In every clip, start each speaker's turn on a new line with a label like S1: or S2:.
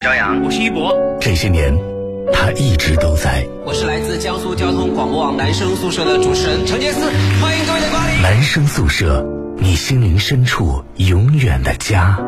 S1: 朝阳，
S2: 我是一博。
S3: 这些年，他一直都在。
S4: 我是来自江苏交通广播网男生宿舍的主持人陈杰斯，欢迎各位的光临。
S3: 男生宿舍，你心灵深处永远的家。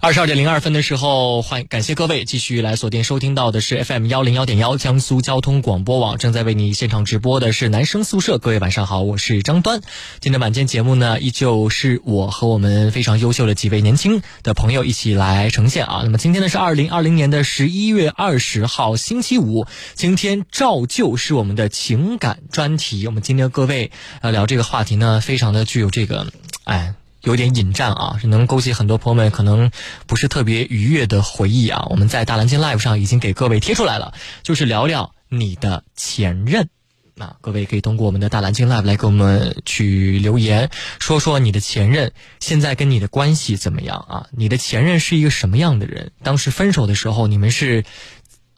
S2: 二十二点零二分的时候，欢感谢各位继续来锁定收听到的是 FM 幺零幺点幺江苏交通广播网，正在为你现场直播的是男生宿舍。各位晚上好，我是张端。今天晚间节目呢，依旧是我和我们非常优秀的几位年轻的朋友一起来呈现啊。那么今天呢是二零二零年的十一月二十号星期五，今天照旧是我们的情感专题。我们今天各位呃聊这个话题呢，非常的具有这个哎。有点引战啊，是能勾起很多朋友们可能不是特别愉悦的回忆啊。我们在大蓝鲸 Live 上已经给各位贴出来了，就是聊聊你的前任。那各位可以通过我们的大蓝鲸 Live 来给我们去留言，说说你的前任现在跟你的关系怎么样啊？你的前任是一个什么样的人？当时分手的时候，你们是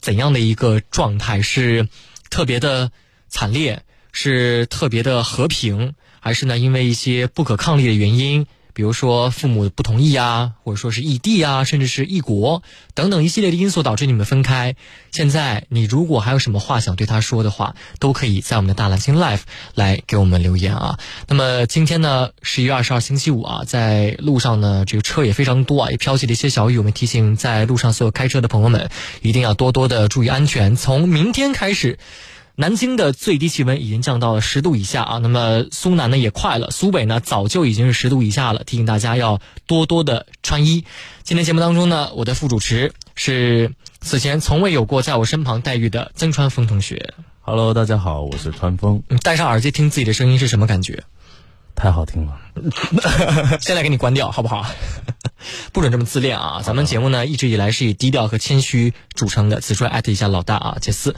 S2: 怎样的一个状态？是特别的惨烈，是特别的和平，还是呢因为一些不可抗力的原因？比如说父母不同意啊，或者说是异地啊，甚至是异国等等一系列的因素导致你们分开。现在你如果还有什么话想对他说的话，都可以在我们的大蓝鲸 Life 来给我们留言啊。那么今天呢，十一月二十二星期五啊，在路上呢，这个车也非常多啊，也飘起了一些小雨。我们提醒在路上所有开车的朋友们，一定要多多的注意安全。从明天开始。南京的最低气温已经降到了十度以下啊，那么苏南呢也快了，苏北呢早就已经是十度以下了，提醒大家要多多的穿衣。今天节目当中呢，我的副主持是此前从未有过在我身旁待遇的曾川峰同学。
S5: Hello，大家好，我是川峰。
S2: 你戴上耳机听自己的声音是什么感觉？
S5: 太好听了，
S2: 现在给你关掉好不 好？不准这么自恋啊！咱们节目呢一直以来是以低调和谦虚著称的。此处艾特一下老大啊，杰斯。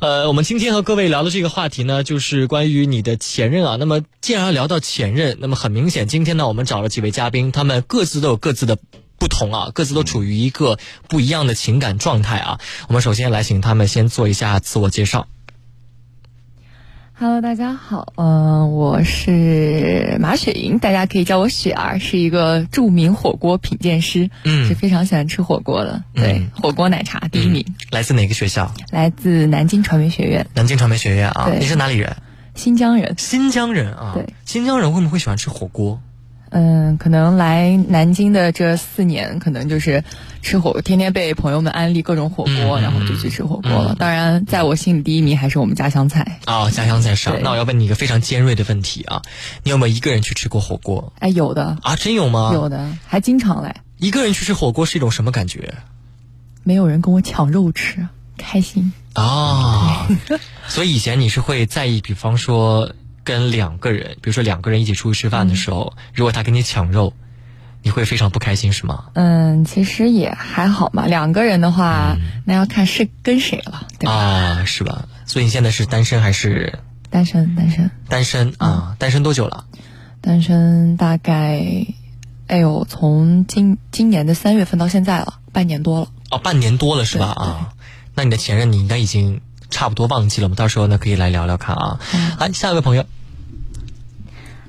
S2: 呃，我们今天和各位聊的这个话题呢，就是关于你的前任啊。那么既然要聊到前任，那么很明显，今天呢我们找了几位嘉宾，他们各自都有各自的不同啊，各自都处于一个不一样的情感状态啊。我们首先来请他们先做一下自我介绍。
S6: Hello，大家好，嗯、呃，我是马雪莹，大家可以叫我雪儿，是一个著名火锅品鉴师，
S2: 嗯
S6: 是非常喜欢吃火锅的，对，
S2: 嗯
S6: 火锅奶茶第一名，
S2: 来自哪个学校？
S6: 来自南京传媒学院，
S2: 南京传媒学院啊。
S6: 对
S2: 你是哪里人？
S6: 新疆人，
S2: 新疆人啊。
S6: 对。
S2: 新疆人会不会喜欢吃火锅？
S6: 嗯，可能来南京的这四年，可能就是吃火锅，天天被朋友们安利各种火锅，
S2: 嗯
S6: 然后就去吃火锅了。
S2: 嗯
S6: 当然，在我心里第一名还是我们家乡菜。
S2: 啊、家乡在上。
S6: 对
S2: 那我要问你一个非常尖锐的问题啊，你有没有一个人去吃过火锅
S6: 哎，有的，
S2: 啊？真有吗？
S6: 有的，还经常来，
S2: 一个人去吃火锅是一种什么感觉
S6: 没有人跟我抢肉吃，开心。
S2: 啊？所以以前你是会在意，比方说跟两个人，比如说两个人一起出去吃饭的时候，
S6: 嗯
S2: 如果他跟你抢肉，你会非常不开心是吗？
S6: 嗯，其实也还好吧。两个人的话，
S5: 嗯
S6: 那要看是跟谁了，对吧？
S2: 啊，是吧？所以你现在是单身还是
S6: 单身，单身，
S2: 单
S6: 嗯
S2: 身啊？单身多久了？
S6: 单身，大概，哎呦，从今今年的三月份到现在了，半年多了。
S2: 哦，半年多了是吧？
S6: 对对
S2: 啊，那你的前任你应该已经差不多忘记了，我们到时候呢可以来聊聊看啊。
S6: 嗯
S2: 来，下一位朋友，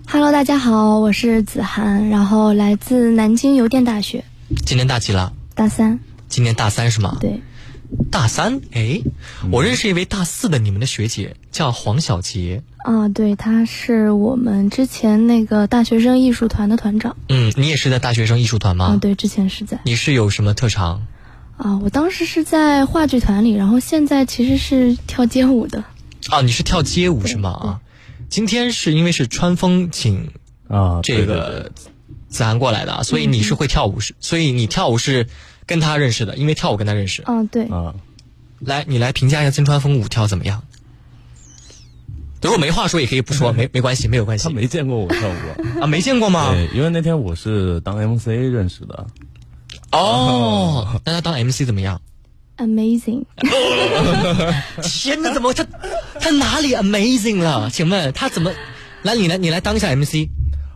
S7: Hello，大家好，我是子涵，然后来自南京邮电大学
S2: 今年大几了？
S7: 大三。
S2: 今年大三是吗？
S7: 对，
S2: 大三，哎，
S5: 嗯
S2: 我认识一位大四的你们的学姐，叫黄小杰。
S7: 啊、对，他是我们之前那个大学生艺术团的团长。
S2: 嗯，你也是在大学生艺术团吗？
S7: 啊、对，之前是在
S2: 你是有什么特长？
S7: 啊、我当时是在话剧团里，然后现在其实是跳街舞的。
S2: 啊，你是跳街舞是吗？啊，今天是因为是川风请
S5: 啊，
S2: 这
S5: 对对对
S2: 个子涵过来
S7: 嗯
S2: 的，啊，所以你是会跳舞是？所以你跳舞是跟他认识的，因为跳舞跟他认识。
S7: 啊、对，
S5: 啊，
S2: 来，你来评价一下曾川峰舞跳怎么样？如果没话说也可以不 说，没没关系，没有关系。
S5: 他没见过我跳 舞
S2: 啊，没见过
S5: 啊，
S2: 吗？
S5: 对，因为那天我是当 MC 认识的，
S2: 哦，那他当 MC 怎么样？
S7: Amazing，
S2: 天哪，怎么他他哪里 amazing 了？请问他怎么？来，你来，你来当一下 MC，你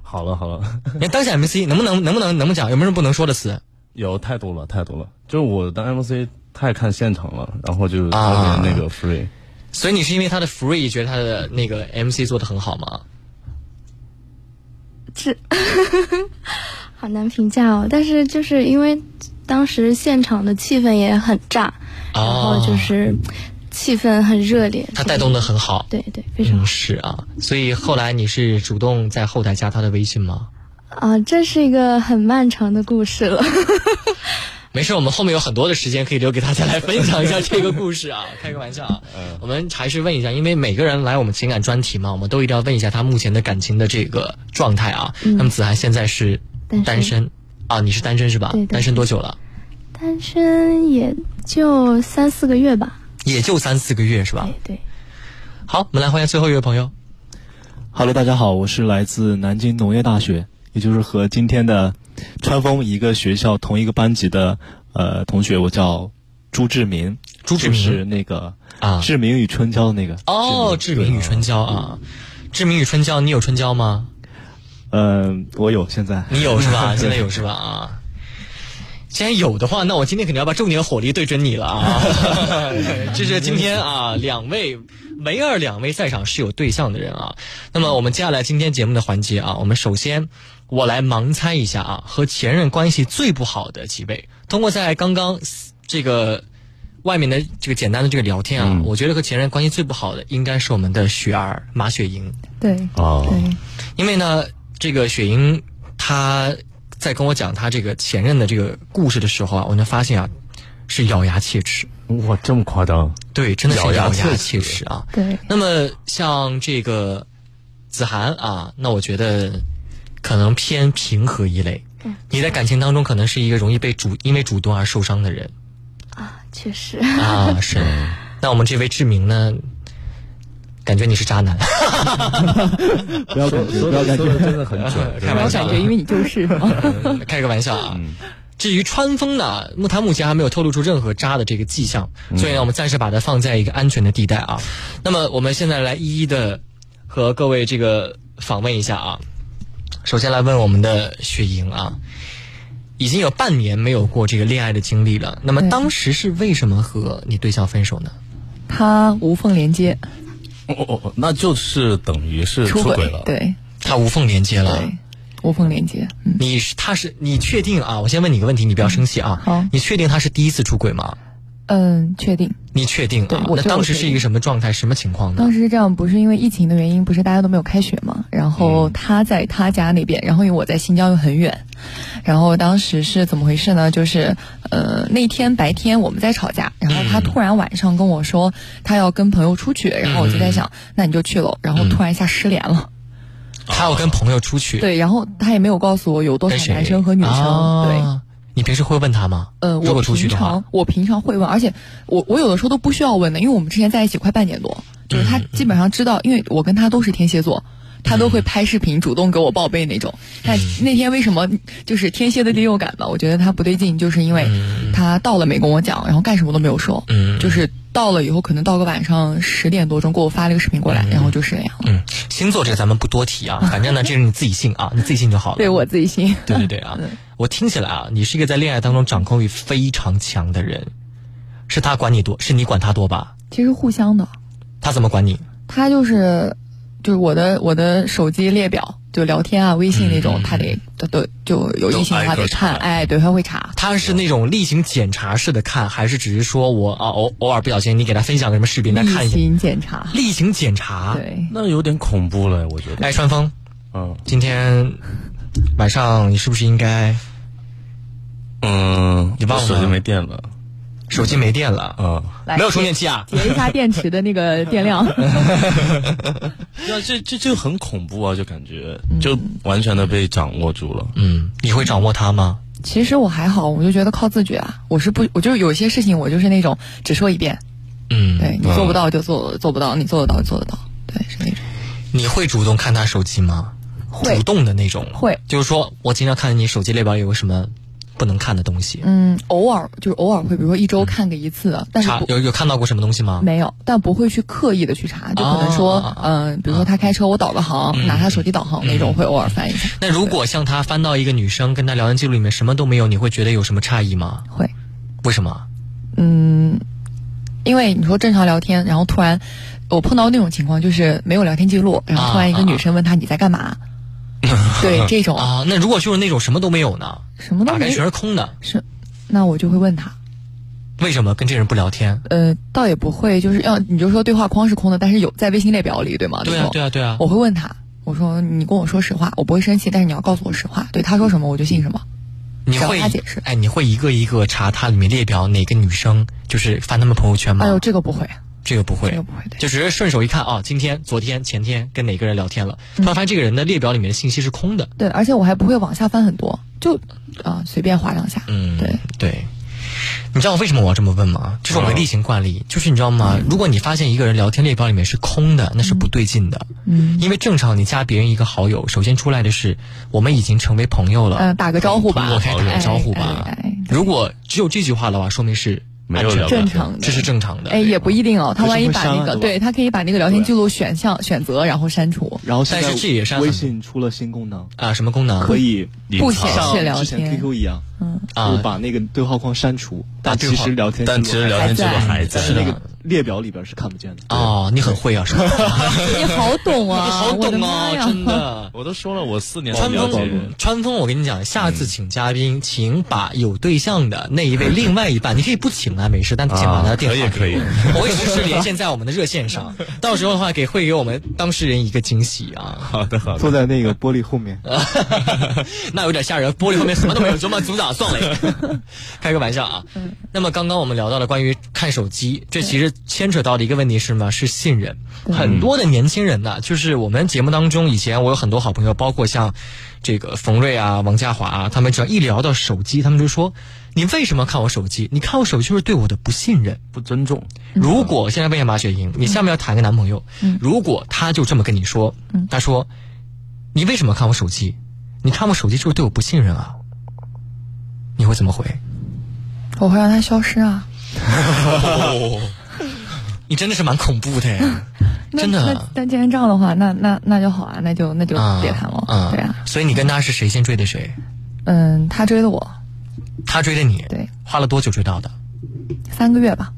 S5: 好了好了，
S2: 来当一下 MC，能不能能不能能不能讲？有没有什么不能说的词？
S5: 有太多了太多了，就是我当 MC 太看现场了，然后就特
S2: 啊
S5: 别那个 free，
S2: 所以你是因为他的 free 觉得他的那个 MC 做的很好吗？
S7: 这还好难评价哦。但是就是因为当时现场的气氛也很炸，然后就是气氛很热烈，
S2: 哦他啊带动的很好。
S7: 对对非常
S2: 嗯，
S7: 好
S2: 是啊，所以后来你是主动在后台加他的微信吗？
S7: 啊，这是一个很漫长的故事了。
S2: 没事，我们后面有很多的时间可以留给大家来分享一下这个故事 啊，开个玩笑啊。我们还是问一下，因为每个人来我们情感专题嘛，我们都一定要问一下他目前的感情的这个状态啊。
S7: 嗯
S2: 那么子涵现在是
S7: 单身
S2: 单身啊，你是单身是吧
S7: 对？单身
S2: 单身多久了？
S7: 单身也就三四个月吧，
S2: 也就三四个月是吧
S7: 对？对。
S2: 好，我们来欢迎最后一位朋友。
S1: Hello，大家好，我是来自南京农业大学，也就是和今天的川峰一个学校同一个班级的呃同学，我叫朱志明，
S2: 朱志
S1: 就
S2: 明
S1: 是那个
S2: 啊
S1: 志明与春娇的那个
S2: 哦，志明与春娇啊，志明与春娇，你有春娇吗？
S1: 嗯、呃我有现 在
S2: 你有是吧？现在有是吧？啊，既然有的话，那我今天肯定要把重点火力对准你了啊！这是今天啊，两位唯二两位在场是有对象的人啊。那么我们接下来今天节目的环节啊，我们首先我来盲猜一下啊，和前任关系最不好的几位，通过在刚刚这个。外面的这个简单的这个聊天啊，我觉得和前任关系最不好的应该是我们的雪儿马雪莹。
S6: 对
S5: 哦
S6: 对，
S2: 因为呢，这个雪莹她在跟我讲她这个前任的这个故事的时候啊，我就发现啊，是咬牙切齿，
S5: 哇，这么夸张？
S2: 对，真的是咬
S5: 咬牙
S2: 牙
S5: 切齿
S2: 切齿啊。
S6: 对
S2: 那么像这个子涵啊，那我觉得可能偏平和一类。你在感情当中可能是一个容易被主因为主动而受伤的人
S7: 啊，确实，
S2: 啊，是。
S5: 嗯
S2: 那我们这位志明呢，感觉你是渣男，
S1: 不要感觉
S5: 嗯说
S1: 不要
S5: 的
S1: 感
S5: 说的
S1: 觉
S5: 真 的很嗯准，
S2: 开
S6: 不
S2: 玩
S6: 要
S2: 笑
S6: 感
S2: 啊
S6: 觉，因为 你就是嘛。
S2: 开个玩笑啊。至于川风呢，目他目前还没有透露出任何渣的这个迹象，所以呢，我们暂时把它放在一个安全的地带啊。那么我们现在来一一的和各位这个访问一下啊。首先来问我们的雪莹啊，已经有半年没有过这个恋爱的经历了，那么
S6: 对
S2: 当时是为什么和你对象分手呢？
S6: 他无缝连接，
S5: 哦哦哦，那就是等于是出轨
S6: 轨
S5: 了，，啊
S6: 对
S2: 他无缝连接了。
S6: 对，无缝连接，嗯，
S2: 你是他是你确定啊？我先问你个问题，你不要生气啊。
S6: 好
S2: 你确定他是第一次出轨吗？
S6: 嗯，确定。
S2: 你确定
S6: 对
S2: 啊？
S6: 我觉
S2: 那
S6: 得
S2: 当
S6: 我
S2: 时
S6: 确
S2: 是一个
S6: 定
S2: 什么状态？什么情况呢
S6: 当？时是这样，不是因为疫情的原因，不是大家都没有开学嘛？然后他在他家那边，然后因为我在新疆又很远，然后当时是怎么回事呢？就是呃那天白天我们在吵架，然后他突然晚上跟我说他要跟朋友出去，然后我就在想，那你就去喽。然后突然一下失联了，
S2: 他要跟朋友出去，
S6: 对，然后他也没有告诉我有多
S2: 跟
S6: 少
S2: 谁？
S6: 男生和女生，对。
S2: 啊你平时会问他吗？
S6: 呃，
S2: 如
S6: 我
S2: 果出去
S6: 平
S2: 的话
S6: 常，我平常会问，而且我我有的时候都不需要问的，因为我们之前在一起快半年多，就是他基本上知道，因为我跟他都是天蝎座。
S2: 嗯
S6: 他都会拍视频主动给我报备那种，但那天为什么就是天蝎的第六感吧？我觉得他不对劲，就是因为他到了没跟我讲，然后干什么都没有说，
S2: 嗯
S6: 就是到了以后可能到个晚上十点多钟给我发了个视频过来，然后就是那样了。
S2: 嗯，星座这个咱们不多提 啊，反正呢，这是你自己信啊，你自己信就好了。
S6: 对我自己心，
S2: 对对对啊，我听起来啊，你是一个在恋爱当中掌控欲非常强的人，是他管你多，是你管他多吧？
S6: 其实互相的，
S2: 他怎么管你？
S6: 他就是就是我的我的手机列表，就聊天啊、微信那种，他得都都就有异性的话
S5: 都挨个
S6: 得看，
S5: 查
S6: 哎，对，他会查。
S2: 他是那种例行检查式的看，还是只是说我啊偶偶尔不小心你给他分享个什么视频，他看
S6: 例
S2: 一下？啊
S6: 行检查，
S2: 例行检查。。
S6: 对，
S5: 那有点恐怖了，我觉得。
S2: 哎，川峰，
S5: 嗯
S2: 今天晚上你是不是应该
S5: 嗯，
S2: 你忘了
S5: 我手机没电了，
S2: 手机没电了？
S5: 嗯，
S6: 来
S2: 没有充电器啊？
S6: 节一下电池的那个电 量。
S5: 那这这就很恐怖啊，就感觉就完全的被掌握住了。
S2: 嗯，你会掌握它吗？
S6: 其实我还好，我就觉得靠自觉啊。我是不，我就是有些事情我就是那种只说一遍，
S2: 嗯，
S6: 对你做不到就做做不到，你做得到就做得到，对，是那种。
S2: 你会主动看他手机吗？
S6: 会
S2: 主动的那种。
S6: 会
S2: 就是说我经常看你手机列表有个什么不能看的东西，
S6: 嗯，偶尔就是偶尔会，比如说一周看个一次的，但是
S2: 查
S6: 不
S2: 有有看到过什么东西吗？
S6: 没有，但不会去刻意的去查，就可能说，
S2: 啊
S6: 嗯、比如说他开车，我导个航，
S2: 嗯
S6: 拿他手机导航那种，会偶尔翻一下。嗯
S2: 那如果像他翻到一个女生跟他聊天记录里面什么都没有，你会觉得有什么诧异吗？
S6: 会，
S2: 为什么？
S6: 嗯，因为你说正常聊天，然后突 然我碰到那种情况，就是没有聊天记录，然后突然一个女生问他你在干嘛，对这种
S2: 啊，那如果就是那种什么都没有呢，
S6: 什么都
S2: 大概
S6: 没
S2: 全是空的，
S6: 是，那我就会问他，
S2: 为什么跟这人不聊天？
S6: 呃，倒也不会，就是要你就说对话框是空的，但是有在微信列表里，对吗？
S2: 对
S6: 那
S2: 啊
S6: 种，
S2: 对啊，对啊。
S6: 我会问他，我说你跟我说实话，我不会生气，但是你要告诉我实话，对他说什么我就信什么。
S2: 你会
S6: 找他解释
S2: 哎，你会一个一个查他里面列表哪个女生，就是翻他们朋友圈吗？
S6: 哎呦，这个不会，
S2: 这个不会，
S6: 这个不会对
S2: 就只是顺手一看啊，今天、昨天、前天跟哪个人聊天了，
S6: 嗯
S2: 突然发现这个人的列表里面的信息是空的。
S6: 对，而且我还不会往下翻很多，就啊、随便划两下，
S2: 嗯，
S6: 对，
S2: 对。你知道为什么我要这么问吗？这是我们例行惯例，就是你知道吗？
S6: 嗯
S2: 如果你发现一个人聊天列表里面是空的，那是不对劲的。
S6: 嗯，
S2: 因为正常你加别人一个好友，首先出来的是我们已经成为朋友了，
S6: 嗯、打个招呼吧，
S2: 我开打个
S6: 哎
S2: 招呼吧。
S6: 哎哎
S2: 如果只有这句话的话，说明是
S5: 没有
S2: 安全
S5: 聊过
S2: 的
S6: 正常的
S2: 这是正常的。
S6: 哎，也不一定哦，他
S1: 可是
S6: 万一
S1: 会
S6: 把
S1: 删
S6: 那
S1: 了
S6: 个，
S1: 的吧
S6: 对他可以把那个聊天记录选项选择，然后删除，
S1: 然后现
S2: 但是这也
S1: 在
S2: 删很
S1: 微信出了新功能，
S2: 啊，什么功能？
S1: 可以
S6: 不
S5: 隐藏
S6: 显
S1: 像
S6: 示聊
S1: 之前
S6: 天。
S1: QQ 一样，
S2: 啊
S1: 就是把那个对话框删除，但
S2: 对话
S1: 其实聊天记录
S5: 但其实聊天记录还在
S1: 但
S5: 嗯
S1: 是那个列表里边是看不见的。
S2: 哦，你很会 啊，是吧？
S6: 你好懂啊，
S2: 你 好
S6: 我的
S2: 懂
S6: 妈
S2: 哦，
S6: 呀！
S2: 真的。
S5: 我都说了，我四年
S2: 川
S5: 了解嗯
S2: 峰，川峰，我跟你讲，下次请嘉宾，请把有对象的那一位另外一半，你可以不请啊，没事，但请把他的电话
S5: 啊可以
S2: 给我
S5: 可
S2: 我会实时连线在我们的热 线上，到时候的话给会给我们当事人一个惊喜啊，
S5: 好的好的，
S1: 坐在那个玻璃后面，
S2: 那有点吓人，玻璃后面什么都没有，什么组长撞雷，开个玩笑啊。那么刚刚我们聊到了关于看手机，这其实牵扯到的一个问题是什么？是信任。很多的年轻人呐，就是我们节目当中，以前我有很多好朋友，包括像这个冯瑞啊、王家华啊，他们只要一聊到手机，他们就说：“你为什么看我手机？你看我手机就是对我的不信任。”
S5: 不尊重，
S2: 如果现在问一下马雪莹，你下面要谈个男朋友，如果他就这么跟你说，他说：“你为什么看我手机？你看我手机就是对我不信任啊！”你会怎么回？
S6: 我会让他消失啊！
S2: 你真的是蛮恐怖的呀，
S6: 那
S2: 真的
S6: 那那既然这样的话，那那那就好啊，那就那就
S2: 啊
S6: 别谈了。
S2: 啊！
S6: 对啊，
S2: 所以你跟他是谁先追的谁？
S6: 嗯，他追的我，
S2: 他追的你，
S6: 对，
S2: 花了多久追到的？
S6: 三个月吧。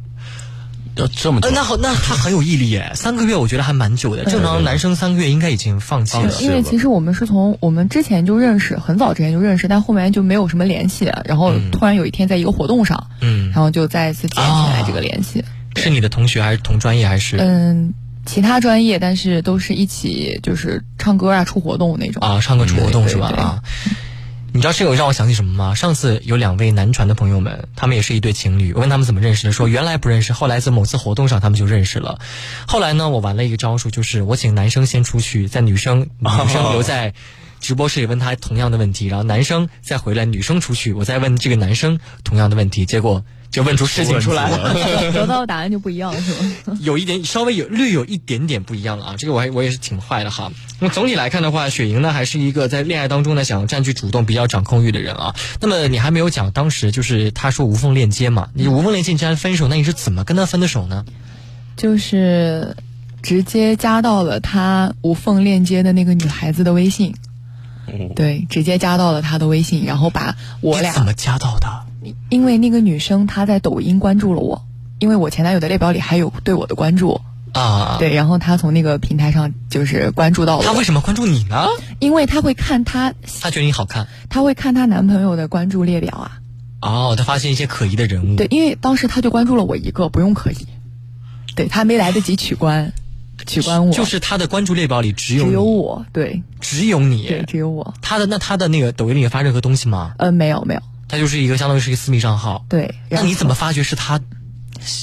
S5: 要这么久
S2: 呃，那好，那他很有毅力耶， 三个月我觉得还蛮久的。正常男生三个月应该已经放弃了
S5: 放。弃
S6: 因为
S5: 吧
S6: 其实我们是从我们之前就认识，很早之前就认识，但后面就没有什么联系。然后突然有一天在一个活动上，
S2: 嗯啊
S6: 然后就再次捡起来这个联系。
S2: 是你的同学还是同专业还是？
S6: 嗯，其他专业，但是都是一起就是唱歌啊、出活动那种。嗯
S2: 啊， 唱歌出活动
S6: 对
S2: 是吧？
S6: 对对
S2: 啊，你知道这个让我想起什么吗？上次有两位男传的朋友们，他们也是一对情侣，我问他们怎么认识的，说原来不认识，后来在某次活动上他们就认识了。后来呢，我玩了一个招数，就是我请男生先出去，在女生
S6: 哦
S2: 女生留在。直播室里问他同样的问题，然后男生再回来，女生出去，我再问这个男生同样的问题，结果就问出事情出来了。
S6: 得到的答案就不一样，是吗？
S2: 有一点稍微有略有一点点不一样了啊，这个我还我也是挺坏的哈。那么总体来看的话，雪莹呢还是一个在恋爱当中呢想占据主动、比较掌控欲的人啊。那么你还没有讲当时就是他说无缝链接嘛？你无缝链接你既然分手，那你是怎么跟他分的手呢？
S6: 就是直接加到了他无缝链接的那个女孩子的微信，
S2: 哦
S6: 对，直接加到了她的微信，然后把我
S2: 你怎
S6: 俩，
S2: 么加到的？
S6: 因为那个女生她在抖音关注了我，因为我前男友的列表里还有对我的关注，
S2: 啊，
S6: 对，然后她从那个平台上就是关注到
S2: 他
S6: 我
S2: 啊为，什么关注你呢？
S6: 因为她会看她，
S2: 他觉得你好看
S6: 她会看她男朋友的关注列表啊，
S2: 哦，他发现一些可疑的人物。
S6: 对，因为当时她就关注了我一个，不用可疑，对她没来得及取关，取关我
S2: 就是他的关注列表里只有
S6: 只
S2: 你
S6: 有我，对
S2: 只有
S6: 对，
S2: 你。
S6: 只有我，
S2: 他的那他的那个抖音里有发任何东西吗？
S6: 呃，没有没有。
S2: 他就是一个相当于是一个私密账号。
S6: 对，
S2: 那
S6: 然
S2: 你
S6: 后
S2: 怎么发觉是他？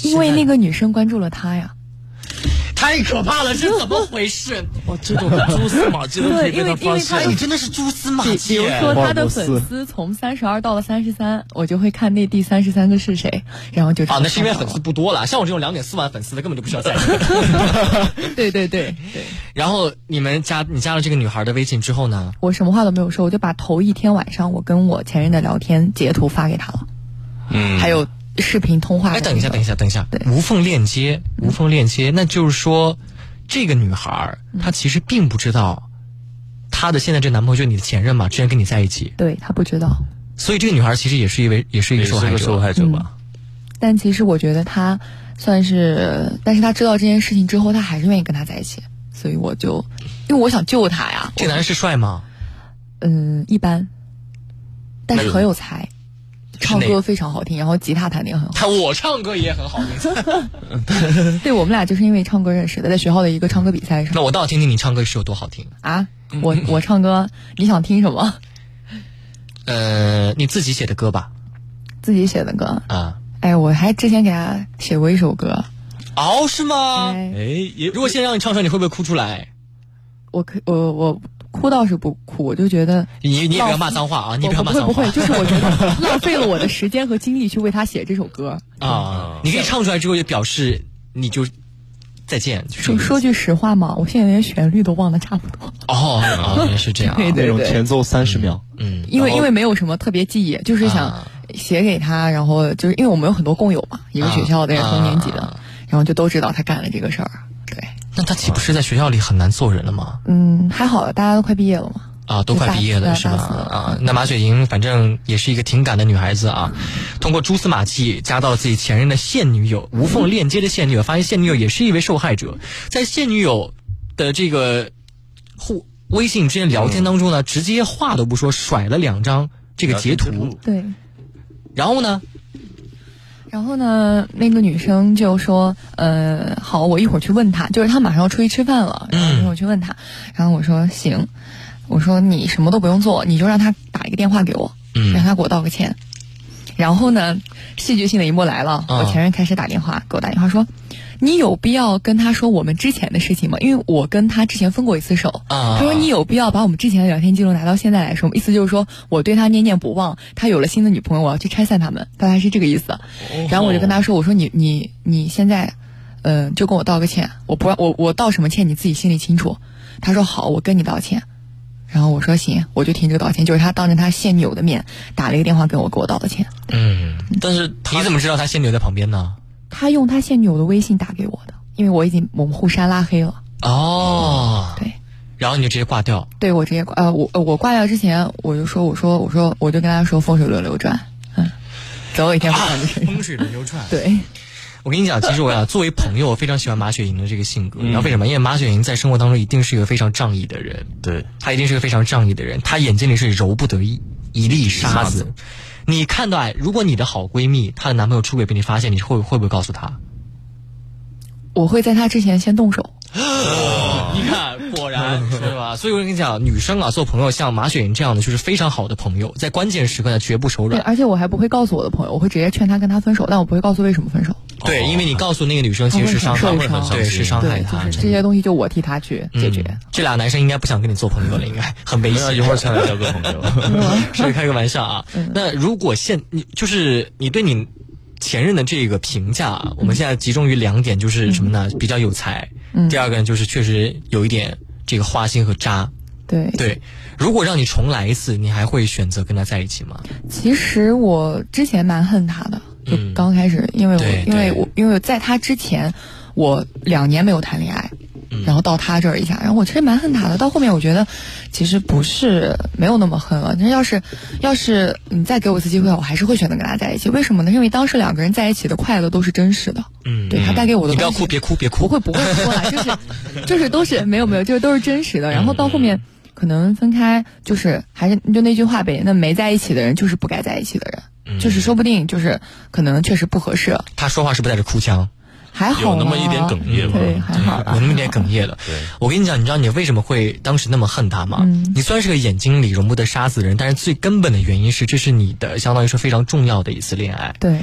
S6: 因为那个女生关注了他呀。
S2: 太可怕了，这怎么 回事？
S5: 哇，这种蛛丝马迹都可以被他发
S6: 对因为因为他
S5: 现
S2: 哎你，真的是蛛丝马
S6: 比比
S2: 迹
S6: 如
S2: 耶。
S6: 说
S1: 福尔
S6: 他的
S1: 摩
S6: 粉
S1: 斯
S6: 丝从三十二到了三十三，我就会看那第三十三个是谁，然后就
S2: 啊，那是因为
S6: 找到
S2: 粉丝不多了，像我这种两点四万粉丝的根本就不需要在意。
S6: 了。对对对
S2: 嗯
S6: 对，
S2: 然后你们加你加了这个女孩的微信之后呢？
S6: 我什么话都没有说，我就把头一天晚上我跟我前任的聊天截图发给他了，
S5: 嗯
S6: 还有视频通话。
S2: 哎，等一下，等一
S6: 下，
S2: 下，等一下
S6: 啊对，
S2: 无缝链接，无缝链接，那就是说，这个女孩她其实并不知道。她的现在这男朋友就是你的前任嘛，之前跟你在一起，
S6: 对他不知道，
S2: 所以这个女孩其实也是一位，也是一
S5: 也
S2: 个受
S5: 是
S2: 害
S5: 个
S2: 者
S5: 受。嗯害者吧？
S6: 但其实我觉得他算是，但是他知道这件事情之后，他还是愿意跟他在一起，所以我就因为我想救他呀。
S2: 这男人是帅吗？
S6: 嗯，一般，但是
S5: 那
S6: 很有才，唱
S2: 哪
S6: 歌非常好听，然后吉他弹的也很好。
S2: 他我唱歌也很好 听，
S6: 对我们俩就是因为唱歌认识的，在学校的一个唱歌比赛上
S2: 那我倒要听听你唱歌是有多好听。
S6: 啊。 我我唱歌，你想听什么？
S2: 呃，你自己写的歌吧？
S6: 自己写的歌。
S2: 啊，
S6: 哎，我还之前给他写过一首歌，
S2: 哦，是吗？
S6: 哎
S2: 哎，也如果现在让你唱出来，你会不会哭出来？
S6: 我可我我哭倒是不哭，我就觉得
S2: 你你也不要
S6: 浪
S2: 骂脏话啊！你也
S6: 我
S2: 不要
S6: 我不会不
S2: 骂脏话
S6: 会，就是我觉得 浪费了我的时间和精力去为他写这首歌。
S2: 啊！你可以唱出来之后，就表示你就再见。就是
S6: 说说句实话嘛，我现在连旋律都忘得差不多，
S2: 哦，啊原来是这样啊。
S6: 对
S1: 那
S6: 对
S1: 种
S6: 对
S1: 前奏三十秒，
S2: 嗯，
S6: 因为
S2: 然后
S6: 因为没有什么特别记忆，就是想
S2: 啊
S6: 写给他，然后就是因为我们有很多工友嘛，一个学校的，
S2: 啊
S6: 同年级的
S2: 啊，
S6: 然后就都知道他干了这个事儿。对，
S2: 那他岂不是在学校里很难做人了吗？
S6: 嗯，还好，大家都快毕业了嘛。
S2: 啊，都快毕业了
S6: 大
S2: 是吧？
S6: 大四了
S2: 啊，那马雪莹反正也是一个挺敢的女孩子啊，通过蛛丝马迹加到了自己前任的现女友，无缝链接的现女友，发现现女友也是一位受害者，在现女友的这个互微信之间聊天当中呢，直接话都不说，甩了两张这个截图，
S6: 对，
S2: 然后呢，
S6: 然后呢，那个女生就说：“呃，好，我一会儿去问他，就是他马上要出去吃饭了，
S2: 嗯
S6: 然后一会儿去问他。然后我说：“行。”我说：“你什么都不用做，你就让他打一个电话给我，
S2: 嗯
S6: 让他给我道个歉。”然后呢，戏剧性的一幕来了，
S2: 啊
S6: 我前任开始打电话给我打电话说：“你有必要跟他说我们之前的事情吗？因为我跟他之前分过一次手。
S2: 啊
S6: 他说：“你有必要把我们之前的聊天记录拿到现在来说吗？”意思就是说我对他念念不忘，他有了新的女朋友，我要去拆散他们，大概是这个意思。然后我就跟他说：“我说你你你现在，嗯、就跟我道个歉，我不我我道什么歉你自己心里清楚。”他说：“好，我跟你道歉。”然后我说：“行，我就听这个道歉。”就是他当着他现女友的面打了一个电话给我，给我道了歉。
S2: 嗯，
S5: 但是
S2: 你
S5: 他
S2: 怎么知道他现女友在旁边呢？
S6: 他用他现女友的微信打给我的，因为我已经我们互删拉黑了。
S2: 哦，
S6: 对，
S2: 然后你就直接挂掉，
S6: 对我直接挂呃我呃我挂掉之前我就说我说我说我就跟他说风水轮流转，嗯，总有一天会干这事。
S2: 风水轮流转。
S6: 对，
S2: 我跟你讲，其实我呀，作为朋友，我非常喜欢马雪莹的这个性格。
S5: 嗯
S2: 你知道为什么？因为马雪莹在生活当中一定是一个非常仗义的人，
S5: 对
S2: 她一定是个非常仗义的人，她眼睛里是揉不得一一粒沙子。你看到，哎，如果你的好闺蜜她的男朋友出轨被你发现，你会会不会告诉她？
S6: 我会在他之前先动手。
S5: 啊
S2: 你看，果然是吧？所以我跟你讲，女生啊，做朋友像马雪莹这样的，就是非常好的朋友，在关键时刻呢，绝不手
S6: 对，
S2: 软。
S6: 而且我还不会告诉我的朋友，我会直接劝他跟他分手，但我不会告诉为什么分手。
S2: 对，因为你告诉那个女生，其实是伤害
S6: 她会很受，伤
S2: 对，是伤害
S6: 对，就
S2: 她。
S6: 是
S2: 真的
S6: 这些东西就我替他去解决。
S2: 嗯这俩男生应该不想跟你做朋友了，应该很危
S5: 没有
S2: 险。
S5: 一会儿下来交个朋
S2: 啊
S5: 友，
S2: 是开个玩笑啊。
S6: 嗯
S2: 那如果现你就是你对你前任的这个评价，啊
S6: 嗯
S2: 我们现在集中于两点，就是什么呢？比较有才。
S6: 嗯
S2: 第二个呢，就是确实有一点这个花心和渣。
S6: 对，
S2: 对，如果让你重来一次，你还会选择跟他在一起吗？
S6: 其实我之前蛮恨他的，就
S2: 嗯
S6: 刚开始，因为我
S2: 对
S6: 因为
S2: 对
S6: 我因为在他之前，我两年没有谈恋爱，
S2: 嗯
S6: 然后到他这儿一下，然后我其实蛮恨他的。到后面我觉得其实不是没有那么恨了，那要是要是你再给我一次机会，我还是会选择跟他在一起。为什么呢？因为当时两个人在一起的快乐都是真实的，
S2: 嗯
S6: 对他带哎给我的
S2: 你不要
S6: 东西
S2: 哭，别哭，别哭。
S6: 不会不会说了，就是 就是都是没有没有，就是都是真实的。然后到后面可能分开，就是还是就那句话呗，那没在一起的人就是不该在一起的
S5: 嗯
S6: 人，就是说不定就是可能确实不合适，
S2: 他说话是不是带着哭腔？
S6: 还好
S5: 有那么
S6: 啦
S5: 一点哽咽吧
S6: 对，还啊好
S2: 我
S6: 啦。
S2: 那么点哽咽了。我跟你讲，你知道你为什么会当时那么恨他吗？
S6: 嗯
S2: 你虽然是个眼睛里容不得沙子的人，但是最根本的原因是，这是你的相当于说非常重要的一次恋爱。
S6: 对，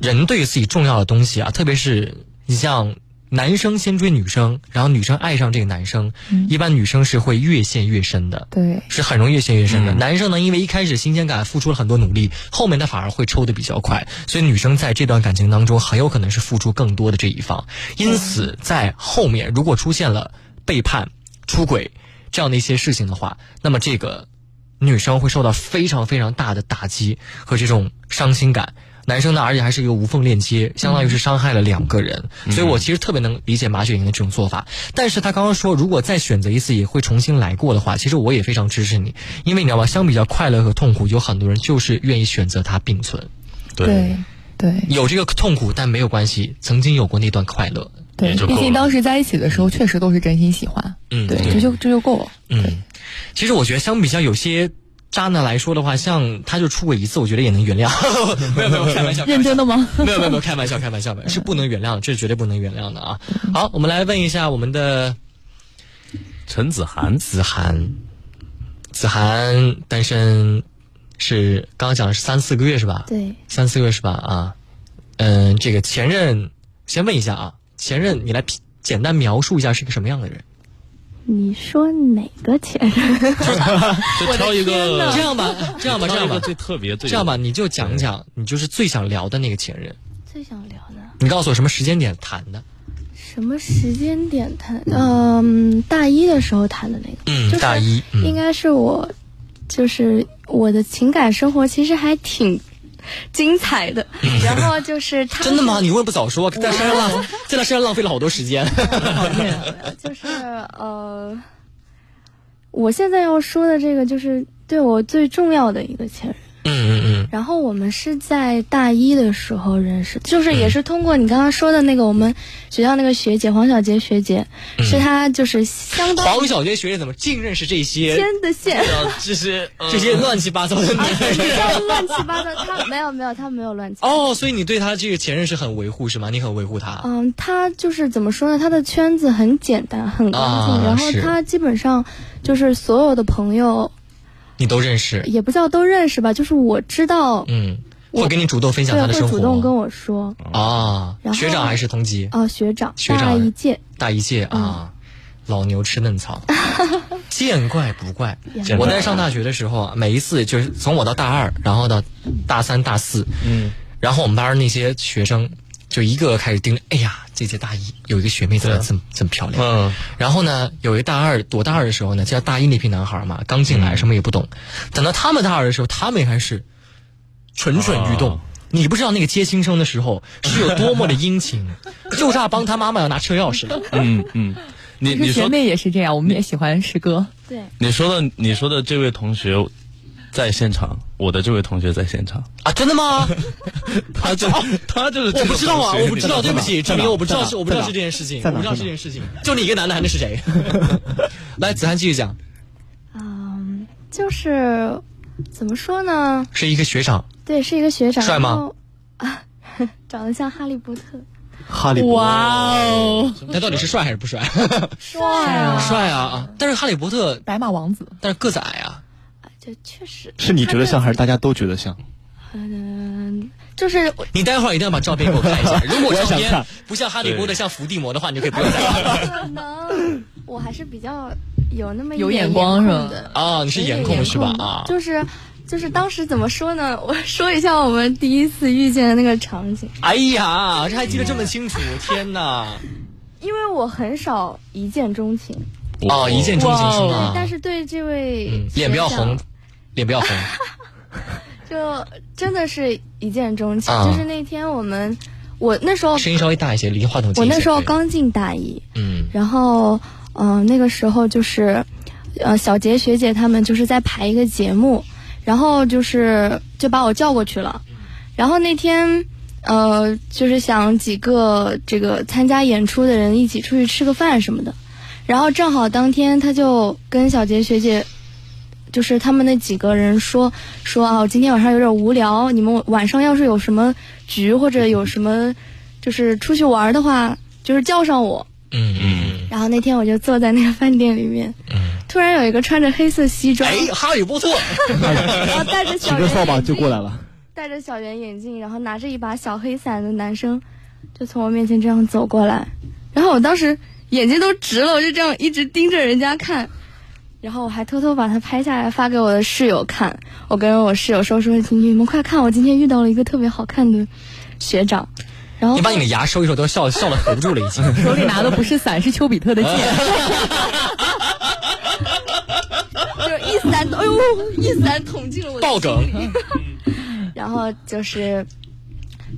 S2: 人对于自己重要的东西啊，特别是你像男生先追女生，然后女生爱上这个男生，一般女生是会越陷越深的。
S6: 对
S2: 是很容易越陷越深的。男生呢，因为一开始新鲜感付出了很多努力，后面他反而会抽的比较快，所以女生在这段感情当中很有可能是付出更多的这一方。因此，在后面如果出现了背叛、出轨这样的一些事情的话，那么这个女生会受到非常非常大的打击和这种伤心感。男生呢，而且还是一个无缝链接，相当于是伤害了两个人，所以我其实特别能理解马雪莹的这种做法。但是她刚刚说，如果再选择一次，也会重新来过的话，其实我也非常支持你，因为你知道吧，相比较快乐和痛苦，有很多人就是愿意选择它并存，
S5: 对，
S6: 对
S2: 有这个痛苦，但没有关系，曾经有过那段快乐，
S6: 对
S5: 也就，够
S6: 毕
S5: 了
S6: 竟当时在一起的时候，确实都是真心喜欢，
S2: 嗯
S6: 对，
S2: 对嗯
S6: 这就这 就够了。对，
S2: 其实我觉得相比较有些渣男来说的话，像他就出轨一次，我觉得也能原 谅。没有没有，开玩笑，开玩笑
S6: 认真的吗？
S2: 没有没有没有，开玩笑开玩笑，是不能原谅的，这是绝对不能原谅的啊！好，我们来问一下我们的
S5: 陈子涵，
S2: 子涵，子涵单身是刚刚讲的是三四个月是吧？，
S7: 对，
S2: 三四个月是吧？啊，嗯，这个前任先问一下啊，前任你来批简单描述一下是个什么样的人？
S7: 你说哪个前任？
S5: 就挑一个，
S2: 这样 吧，这样吧，这
S5: 挑
S2: 样
S5: 一
S2: 吧
S5: 个，最特别，这
S2: 这样吧，，你就讲讲你就是最想聊的那个前任，
S7: 最想聊的
S2: 你告诉我什么时间点谈的？
S7: 什么时间点谈？嗯，大一的时候谈的那个，
S2: 嗯
S7: 就是
S2: 大一嗯
S7: 应该是我，就是我的情感生活其实还挺精彩的。然后就是他
S2: 嗯 真的吗？你为什么不早说？在山上浪，在他身上浪费了好多时间。
S7: 就是呃，我现在要说的这个就是对我最重要的一个前任。
S2: 嗯嗯
S7: 然后我们是在大一的时候认识，就是也是通过你刚刚说的那个我们学校那个学姐黄小杰学姐，是她就是相
S2: 嗯，
S7: 当于
S2: 黄小杰学姐怎么净认识这些呃
S7: 牵的线，
S5: 这些
S2: 这些乱七八糟 的男人？
S7: 乱七八糟。她没有没有，她没有乱七八糟。
S2: 哦，所以你对他这个前任是很维护是吗？你很维护他。
S7: 嗯，她就是怎么说呢？她的圈子很简单，很干净，
S2: 啊
S7: 然后
S2: 是
S7: 她基本上就是所有的朋友
S2: 你都认识，
S7: 也不叫都认识吧，就是我知道，
S2: 嗯，会跟你主动分享
S7: 对，
S2: 他的
S7: 会
S2: 生活，
S7: 主动跟我说。
S2: 啊，
S7: 然后
S2: 学长还是同级，
S7: 哦，学长，
S2: 学长
S7: 大一届，
S2: 大一届
S5: 嗯
S2: 啊，老牛吃 嫩草，见怪不怪。
S5: 见
S2: 我
S5: 怪
S2: 在上大学的时候啊，每一次就是从我到大二，然后到大三、大四，嗯，然后我们班儿那些学生就一个个开始盯着，哎呀，这届大一有一个学妹怎么这么这么漂亮，
S5: 嗯，
S2: 然后呢，有一大二，我大二的时候呢，叫大一那批男孩嘛，刚进
S5: 嗯
S2: 来什么也不懂。等到他们大二的时候，他们也开始蠢蠢欲动。
S5: 哦
S2: 你不知道那个接新生的时候是有多么的 殷勤，就差帮他妈妈要拿车钥匙了。
S5: 嗯嗯，你
S6: 其实
S5: 你
S6: 学
S5: 说
S6: 妹也是这样，我们也喜欢师哥。
S7: 对，
S5: 你说的你说的这位同学在现场，我的这位同学在现场，
S2: 啊，真的 吗？
S5: 他就
S1: 哦
S5: 他就是
S2: 我不知道啊，我不知道，对不起，志
S1: 在哪
S2: 明，我不知道是
S1: 在哪
S2: 我不知道是这件事情，
S1: 在
S2: 我
S1: 哪
S2: 不知道是这件事情，就你一个男的，还能 是谁？来，子涵继续讲，
S7: 嗯，就是怎么说呢？
S2: 是一个学长，
S7: 对，是一个学长，
S2: 帅吗
S7: 然后？啊， 长得像哈利波特，
S1: 哈利波
S6: 哇哦，
S2: 他到底是帅还是不帅？
S7: 帅啊！
S2: 帅啊啊！但是哈利波特，
S6: 白马王子，
S2: 但是个子矮啊。
S7: 就确实
S1: 特是你觉得像还是大家都觉得像？
S7: 嗯，就是 我
S2: 你待会儿一定要把照片给我看一下。如果
S1: 我也
S2: 照
S1: 想
S2: 片
S1: 看
S2: 不像哈利波特，像伏地魔的话，你就可以 不用再看了。
S7: 可能我还是比较有那么一
S6: 有
S7: 点
S6: 眼光是吧
S7: 控的，
S2: 哦，你是颜控是
S7: 哎
S2: 吧？啊，
S7: 就是就是当时怎么说呢？ 我说一下我们第一次遇见的那个场景，
S2: 哎呀，这还记得这么清 楚，天哪！
S7: 因为我很少一见钟情，
S2: 哦，一见钟情是吗？
S7: 但是对这位
S2: 嗯，脸不要
S7: 学长
S2: 红，脸不要红。
S7: 就真的是一见钟情。
S2: 啊
S7: 就是那天我们，我那时候
S2: 声音稍微大一些，离话筒近
S7: 我
S2: 一些。
S7: 那时候
S2: 对，
S7: 刚进大一，
S2: 嗯
S7: 然后嗯、呃那个时候就是，呃小杰学姐他们就是在排一个节目，然后就是就把我叫过去了，然后那天。呃，就是想几个这个参加演出的人一起出去吃个饭什么的，然后正好当天他就跟小杰学姐就是他们那几个人说说啊，我今天晚上有点无聊，你们晚上要是有什么局或者有什么就是出去玩的话，就是叫上我。
S2: 嗯嗯。
S7: 然后那天我就坐在那个饭店里面，突然有一个穿着黑色西装，
S2: 哎，哈利波 特，
S7: 然后戴着
S1: 提
S7: 小
S1: 个扫
S7: 圆
S1: 把
S7: 眼
S1: 就过
S7: 镜，
S1: 来了。
S7: 戴着小圆眼镜，然后拿着一把小黑伞的男生，就从我面前这样走过来，然后我当时眼睛都直了，我就这样一直盯着人家看。然后我还偷偷把它拍下来发给我的室友看，我跟我室友说说你们快看，我今天遇到了一个特别好看的学长，然后
S2: 你把你的牙收一收，都笑笑的合不住了已 经。
S6: 手里拿的不是伞，是丘比特的剑。
S7: 就是一 伞，哎呦，一伞捅进了我的
S2: 爆梗嗯
S7: 心里。然后就是，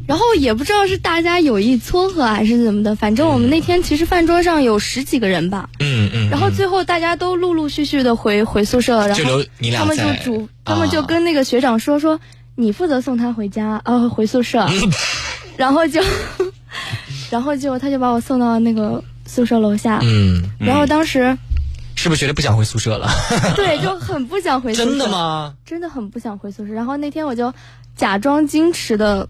S7: 然后也不知道是大家有意撮合还是怎么的，反正我们那天其实饭桌上有十几个人吧，
S2: 嗯嗯。
S7: 然后最后大家都陆陆续续的回回宿舍，然
S2: 就
S7: 后
S2: 留你俩
S7: 他们就
S2: 在啊
S7: 主，他们就跟那个学长说
S2: 嗯
S7: 说，你负责送他回家，呃，回宿舍，然后就。 然后结果他就把我送到那个宿舍楼下，
S2: 嗯，
S7: 然后当时
S2: 是不是觉得不想回宿舍了？
S7: 对就很不想回宿舍，
S2: 真的？吗？
S7: 真的很不想回宿舍。然后那天我就假装矜持的，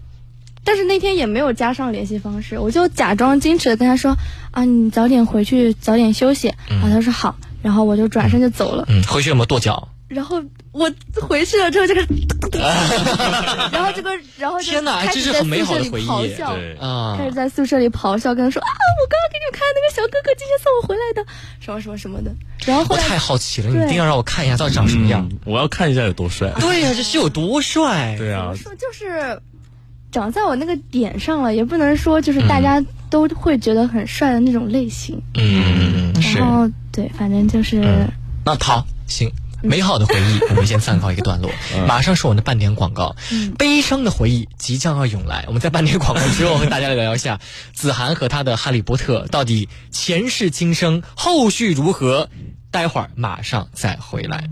S7: 但是那天也没有加上联系方式，我就假装矜持的跟他说啊，你早点回去，早点休息。然后他说好，然后我就转身就走了。
S2: 嗯，回去有没有跺脚？
S7: 然后我回去了之 后，这个，然后这个，然后就
S2: 天哪
S7: 开
S2: 这
S7: 始
S2: 是
S7: 在
S2: 很美
S7: 宿
S2: 好
S7: 舍
S2: 的
S7: 里
S2: 回忆
S7: 咆哮。
S5: 对，
S2: 啊
S7: 开，始在宿舍里咆哮，跟他说啊，我刚刚给你们看那个小哥哥今天送我回来的，什么什么什么的。然后后
S2: 我
S7: 来
S2: 太好奇了，你
S7: 对
S2: 一
S7: 嗯
S2: 定要让我看一下到底长什么样。
S5: 嗯我要看一下有多帅。
S2: 对呀、这是有多帅？
S5: 对啊，
S7: 说就是长在我那个点上了，也不能说就是大家都会觉得很帅的那种类型。
S2: 嗯，是
S7: 然。后对，反正就是、
S2: 那好，行。美好的回忆，我们先暂告一个段落。马上是我们的半点广告，悲伤的回忆即将要涌来。我们在半点广告之后，和大家来聊一下子涵和他的《哈利波特》到底前世今生，后续如何？待会儿马上再回来。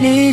S8: 你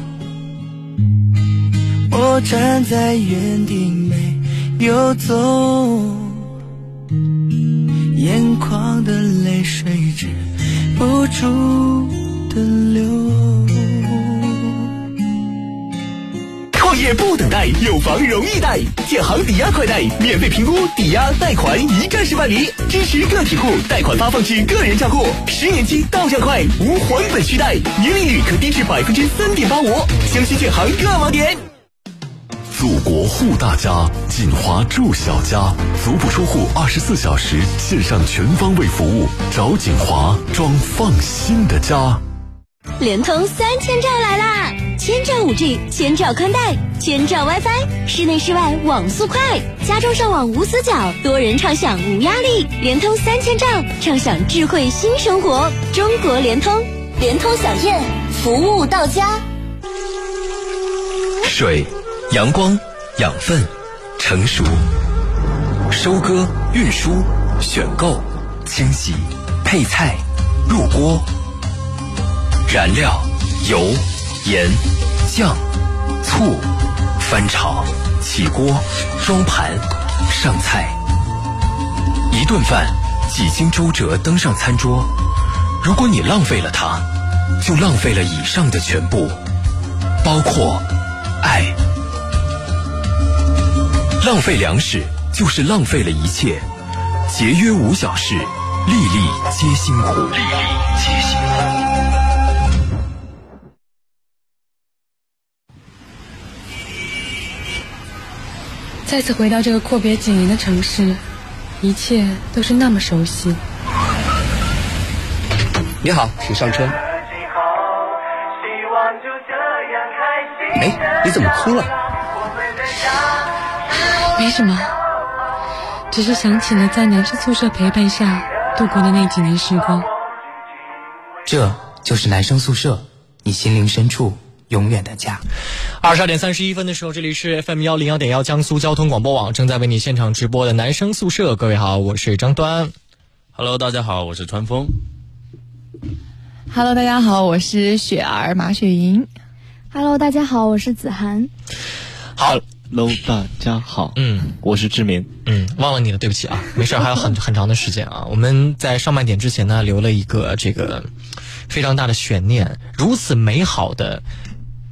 S8: 我站在原地没有走，眼眶的泪水止不住的流。
S3: 创业不等待，有房容易贷，建行抵押快贷免费评估抵押贷款一站式办理，支持个体户贷款发放至个人账户，十年期到账快，无还本续贷，年利率可低至百分之三点八五。湘西建行各网点。祖国护大家，锦华住小家，足不出户，二十四小时线上全方位服务，找锦华装放心的家。
S9: 联通三千兆来啦！千兆 5G，千兆宽带，千兆 WiFi，室内室外网速快，家中上网无死角，多人畅享无压力。联通三千兆，畅享智慧新生活。中国联通，联通小燕，服务到家。
S3: 水、阳光、养分、成熟、收割、运输、选购、清洗、配菜、入锅、燃料、油、盐、酱、醋、翻炒、起锅、装盘、上菜。一顿饭几经周折登上餐桌，如果你浪费了它，就浪费了以上的全部。包括爱。浪费粮食就是浪费了一切，节约无小事，粒粒皆辛苦。粒粒皆辛苦。
S10: 再次回到这个阔别几年的城市，一切都是那么熟悉。
S4: 你好，请上车。哎，你怎么哭了？
S10: 没什么，只是想起了在男生宿舍陪伴下度过的那几年时光。
S8: 这就是男生宿舍，你心灵深处永远的家。
S2: 二十二点三十一分的时候，这里是 FM 幺零幺点幺江苏交通广播网正在为你现场直播的男生宿舍。各位好，我是张端。
S5: Hello，大家好，我是川峰。
S6: Hello，大家好，我是雪儿马雪莹。
S7: Hello，大家好，我是子涵。
S2: 好，
S1: Hello，大家好，
S2: 嗯，
S1: 我是志明。
S2: 嗯，忘了你了，对不起啊， 没事儿，还有很很长的时间啊。我们在上半点之前呢，留了一个这个非常大的悬念，如此美好的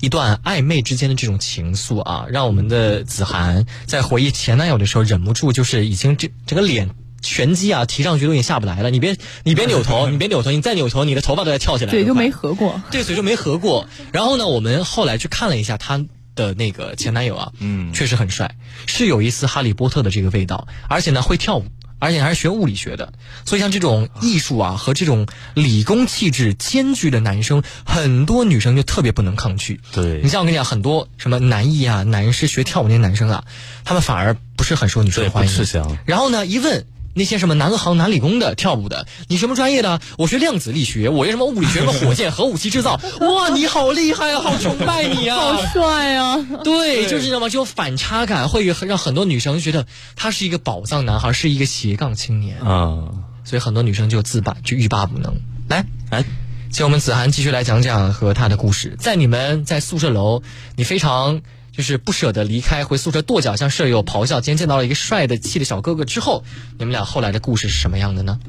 S2: 一段暧昧之间的这种情愫啊，让我们的子涵在回忆前男友的时候，忍不住就是已经这整个脸拳击啊提上去都已经下不来了，你别你别扭头，你别扭头，你再扭头，你的头发都要翘起来了。
S6: 嘴就没合过。
S2: 对，嘴就没合过。然后呢，我们后来去看了一下她的那个前男友啊，
S5: 嗯，
S2: 确实很帅，是有一丝哈利波特的这个味道，而且呢会跳舞，而且还是学物理学的，所以像这种艺术啊和这种理工气质兼具的男生，很多女生就特别不能抗拒。
S5: 对
S2: 你像我跟你讲，很多什么男艺啊、男是学跳舞那些男生啊，他们反而不是很受女生的欢迎。
S5: 对不吃香
S2: 然后呢，一问。那些什么南航、南理工的跳舞的，你什么专业的？我学量子力学，我学什么物理学、什么火箭、核武器制 造。哇，你好厉害啊，好崇拜你啊！
S6: 好帅啊！
S2: 对，就是知道吗？这种反差感会让很多女生觉得他是一个宝藏男孩，是一个斜杠青年，
S5: 啊，
S2: 所以很多女生就自办，就欲罢不能。来，
S5: 哎，
S2: 请我们子涵继续来讲讲和她的故事。在你们在宿舍楼，你非常就是不舍得离开，回宿舍跺脚向舍友咆哮，今天见到了一个帅的气的小哥哥之后，你们俩后来的故事是什么样的呢？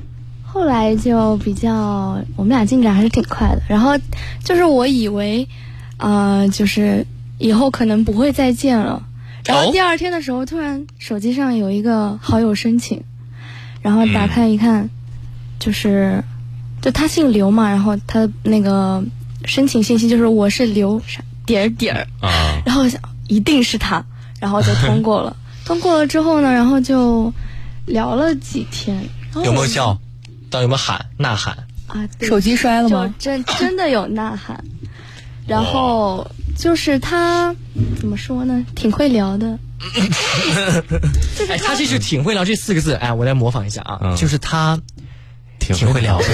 S7: 后来就比较，我们俩进展还是挺快的。然后就是我以为，呃，就是以后可能不会再见了。然
S2: 哦
S7: 后第二天的时候，突然手机上有一个好友申请，然后打开一看，就是，就他姓刘嘛，然后他那个申请信息就是我是刘啥点儿点儿，
S5: 啊，
S7: 然后我想一定是他，然后就通过了。通过了之后呢，然后就聊了几天，然后
S2: 有没有笑？到有没有喊呐喊？
S7: 啊，对
S6: 手机摔了吗？
S7: 就真真的有呐喊，然后就是他怎么说呢，挺会聊的。
S2: 哎，他这是挺会聊这四个字。哎，我来模仿一下啊，
S5: 嗯
S2: 就是他
S5: 挺
S2: 挺会聊的。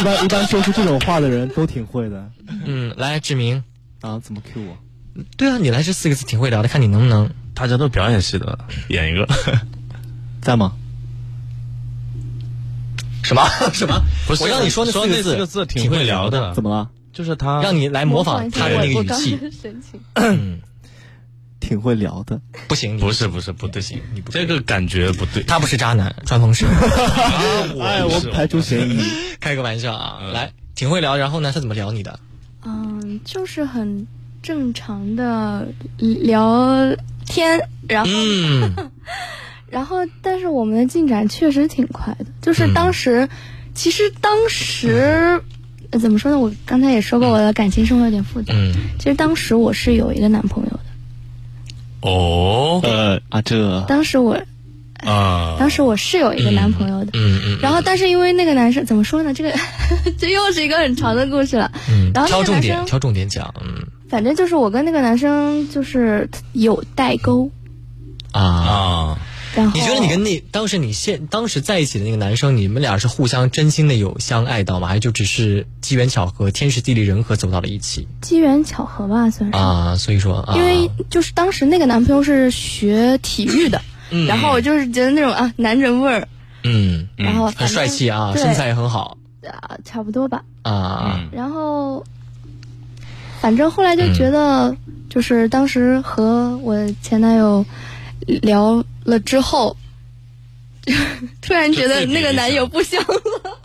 S1: 一般一般说出这种话的人都挺会的
S2: 嗯，来，志明，
S1: 啊，怎么 Q 我？
S2: 对啊，你来这四个字挺会聊的，看你能不能。
S5: 大家都表演系的，演一个
S1: 在吗？
S2: 什么什么？
S5: 不是
S2: 我让你说那
S5: 说
S2: 四
S5: 那
S2: 字，
S5: 四个字挺会聊的
S1: 怎么了？
S5: 就是他
S2: 让你来模仿他
S7: 他
S2: 的那个语气。
S7: 神情，
S1: 挺会聊的，
S2: 不行，你
S5: 不是不是不嗯对，你这个感觉不对。
S2: 他不是渣男，川风是。
S1: 哎，我排除嫌疑。
S2: 开个玩笑啊，来，挺会聊。然后呢，他怎么聊你的？
S7: 嗯，就是很正常的聊天，然后、
S2: 嗯，
S7: 然后，但是我们的进展确实挺快的，就是当时，
S2: 嗯
S7: 其实当时。呃怎么说呢？我刚才也说过，我的感情生活有点复杂。
S2: 嗯
S7: 其实当时我是有一个男朋友的，
S5: 哦
S1: 呃啊，这
S7: 当时我
S5: 啊，
S7: 当时我是有一个男朋友的，
S2: 嗯嗯，
S7: 然后但是因为那个男生怎么说呢？这个 这又是一个很长的故事了。
S2: 嗯
S7: 然后
S2: 挑
S7: 那个
S2: 重
S7: 男
S2: 点，
S7: 生
S2: 挑重点讲。嗯
S7: 反正就是我跟那个男生就是有代沟，
S2: 啊。
S5: 啊，
S7: 然后
S2: 你觉得你跟那当时你现当时在一起的那个男生，你们俩是互相真心的有相爱到吗？还是就只是机缘巧合、天时地利人和走到了一起
S7: 机缘巧合吧，算是。
S2: 啊？所以说啊，
S7: 嗯因为就是当时那个男朋友是学体育的，
S2: 嗯
S7: 然后我就是觉得那种啊男人味儿，
S2: 嗯，
S7: 然后
S2: 很
S7: 反正
S2: 帅气啊，
S7: 对
S2: 身材也很好
S7: 啊差不多吧。
S2: 啊。
S5: 嗯
S7: 然后，反正后来就觉
S2: 嗯
S7: 得，就是当时和我前男友聊了之后， 突然觉得那个男友不香了。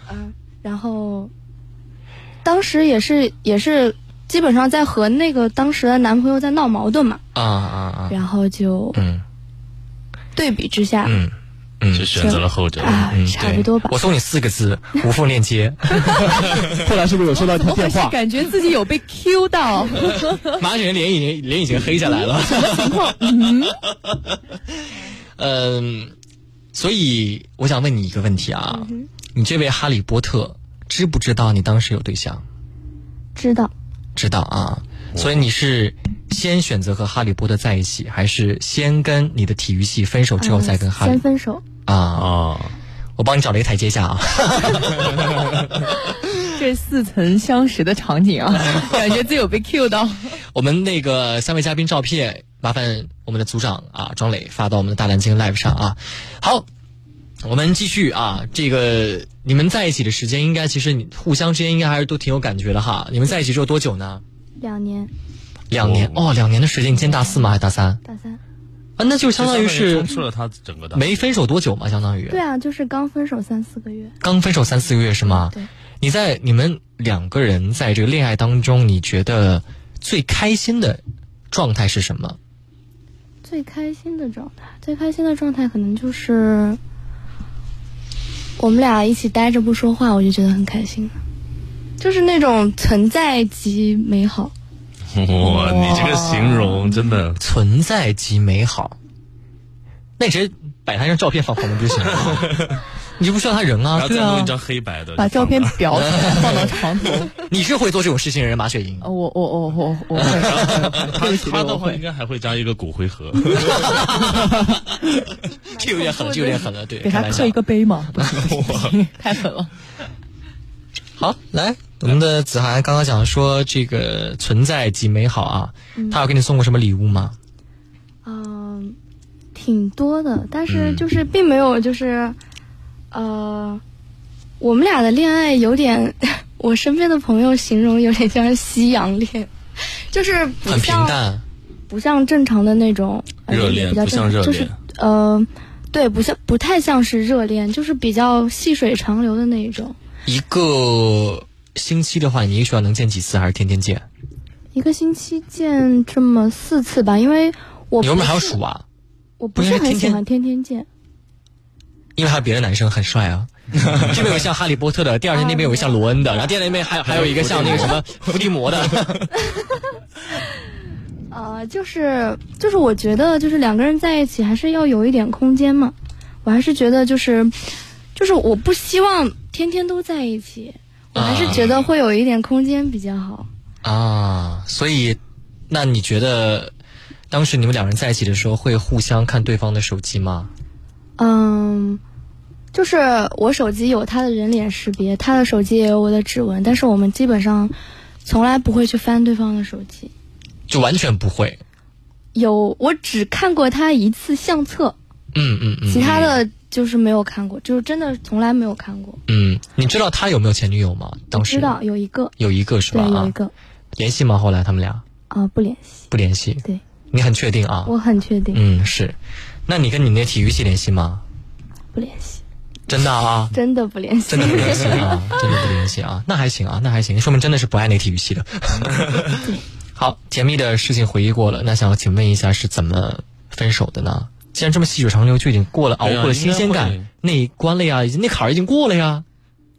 S7: 嗯，然后当时也是也是基本上在和那个当时的男朋友在闹矛盾嘛，
S2: 啊啊啊！
S7: 然后就
S2: 嗯
S7: 对比之下，
S2: 嗯
S5: 就
S2: 嗯
S5: 选择了后者。
S7: 啊
S2: 嗯，，
S7: 差
S2: 对
S7: 不多吧
S2: 我。送你四个字：无缝链接。
S1: 后来是不是有收到一
S6: 怎
S1: 条
S6: 么回
S1: 电
S6: 事？
S1: 话？
S6: 感觉自己有被 Q 到，
S2: 马雪人脸已经脸已经黑下来了。什么情况？ 嗯，所以我想问你一个问题啊，你这位哈利波特知不知道你当时有对象？
S7: 知道，
S2: 知道啊，所以你是先选择和哈利波特在一起，还是先跟你的体育系分手之后
S7: 嗯
S2: 再跟哈利
S7: 先分手，
S2: 啊？
S5: 啊，
S2: 我帮你找了一个台阶下啊。
S6: 这似曾相识的场景啊，感觉自己有被 Q 到。
S2: 我们那个三位嘉宾照片，麻烦我们的组长啊庄磊发到我们的大蓝鲸 Live 上啊。好，我们继续啊，这个你们在一起的时间，应该其实你互相之间应该还是都挺有感觉的哈。你们在一起之后多久呢？
S7: 两年，
S2: 两年哦，两年的时间，你今年大四吗？还是大三？
S7: 大三。
S2: 啊，那就相当于是
S5: 冲出了他整个的。
S2: 没分手多久嘛，相当于
S7: 对啊，就是刚分手三四个月。
S2: 刚分手三四个月是吗？
S7: 对。
S2: 你在你们两个人在这个恋爱当中，你觉得最开心的状态是什么？
S7: 最开心的状态，最开心的状态可能就是我们俩一起待着不说话，我就觉得很开心了，就是那种存在即美好。
S5: 哇，你这个形容真的
S2: 存在即美好。那你直接摆他一张照片放旁边不就行 了？你就不需要他人啊，
S5: 然后
S2: 对
S5: 再弄
S2: 啊
S5: 一。张黑白的，
S6: 把照片裱起来放到床头。
S2: 啊你是会做这种事情的人，马雪莹。
S6: 我我我我我会，对不起，
S5: 他
S6: 对
S5: 的
S6: 我
S5: 话应
S6: 会
S5: 该还会加一个骨灰盒，
S2: 这有点狠，这有点狠了，对，
S6: 给他
S2: 开玩笑
S6: 刻一个碑嘛，不行， 太狠了。
S2: 好，来，我们的子涵刚刚讲说这个存在即美好啊，
S7: 嗯
S2: 他有给你送过什么礼物吗？
S7: 嗯，挺多的，但
S2: 嗯
S7: 是就是并没有就是，呃，我们俩的恋爱有点， 我身边的朋友形容有点像西洋恋，就是不
S2: 很平
S7: 像
S2: 淡，
S7: 不像正常的那种呃
S5: 热恋
S7: 比较
S5: 不像
S7: 正
S5: 热
S7: 就是
S5: 恋
S7: 呃，对，不像不太像是热恋，就是比较细水长流的那一种。
S2: 一个星期的话，你一个学校能见几次，还是天天见？
S7: 一个星期见这么四次吧，因为我
S2: 你为什
S7: 不
S2: 么还要
S7: 是
S2: 数啊？
S7: 我
S2: 不
S7: 不
S2: 应该
S7: 是很
S2: 天
S7: 喜
S2: 天
S7: 欢天天见。
S2: 因为还有别的男生很帅啊。这边有个像哈利波特的，第二天那边有个像罗恩的，然后第二天那边还有还有一个像那个什么伏地魔的。
S7: 呃，就是就是，我觉得就是两个人在一起还是要有一点空间嘛。我还是觉得就是就是，我不希望天天都在一起，我还是觉得会有一点空间比较好。
S2: 啊，所以，那你觉得当时你们两人在一起的时候，会互相看对方的手机吗？
S7: 嗯，就是我手机有他的人脸识别，他的手机也有我的指纹，但是我们基本上从来不会去翻对方的手机。
S2: 就完全不会。
S7: 有，我只看过他一次相册，
S2: 嗯嗯嗯。
S7: 其他的就是没有看过，就是真的从来没有看过。
S2: 嗯，你知道他有没有前女友吗？
S7: 我
S2: 当时
S7: 知道有一个，
S2: 有一个是
S7: 对，
S2: 吧？
S7: 有一
S2: 啊，
S7: 个。
S2: 联系吗？后来他们俩
S7: 啊、不联系，
S2: 不联系。
S7: 对，
S2: 你很确定啊？
S7: 我很确定、
S2: 嗯，是。那你跟你那体育系联系吗？
S7: 不联系，
S2: 真的啊？
S7: 真的不联系，
S2: 真的不联 系啊， 真的不联系啊，那还行啊，那还行，说明真的是不爱那体育系的。 好，甜蜜的事情回忆过了，那想要请问一下是怎么分手的呢？既然这么细水长流，就已经过了，熬
S5: 对啊
S2: 过了新鲜
S5: 应该会
S2: 感那一关了呀，已经那坎儿已经过了呀。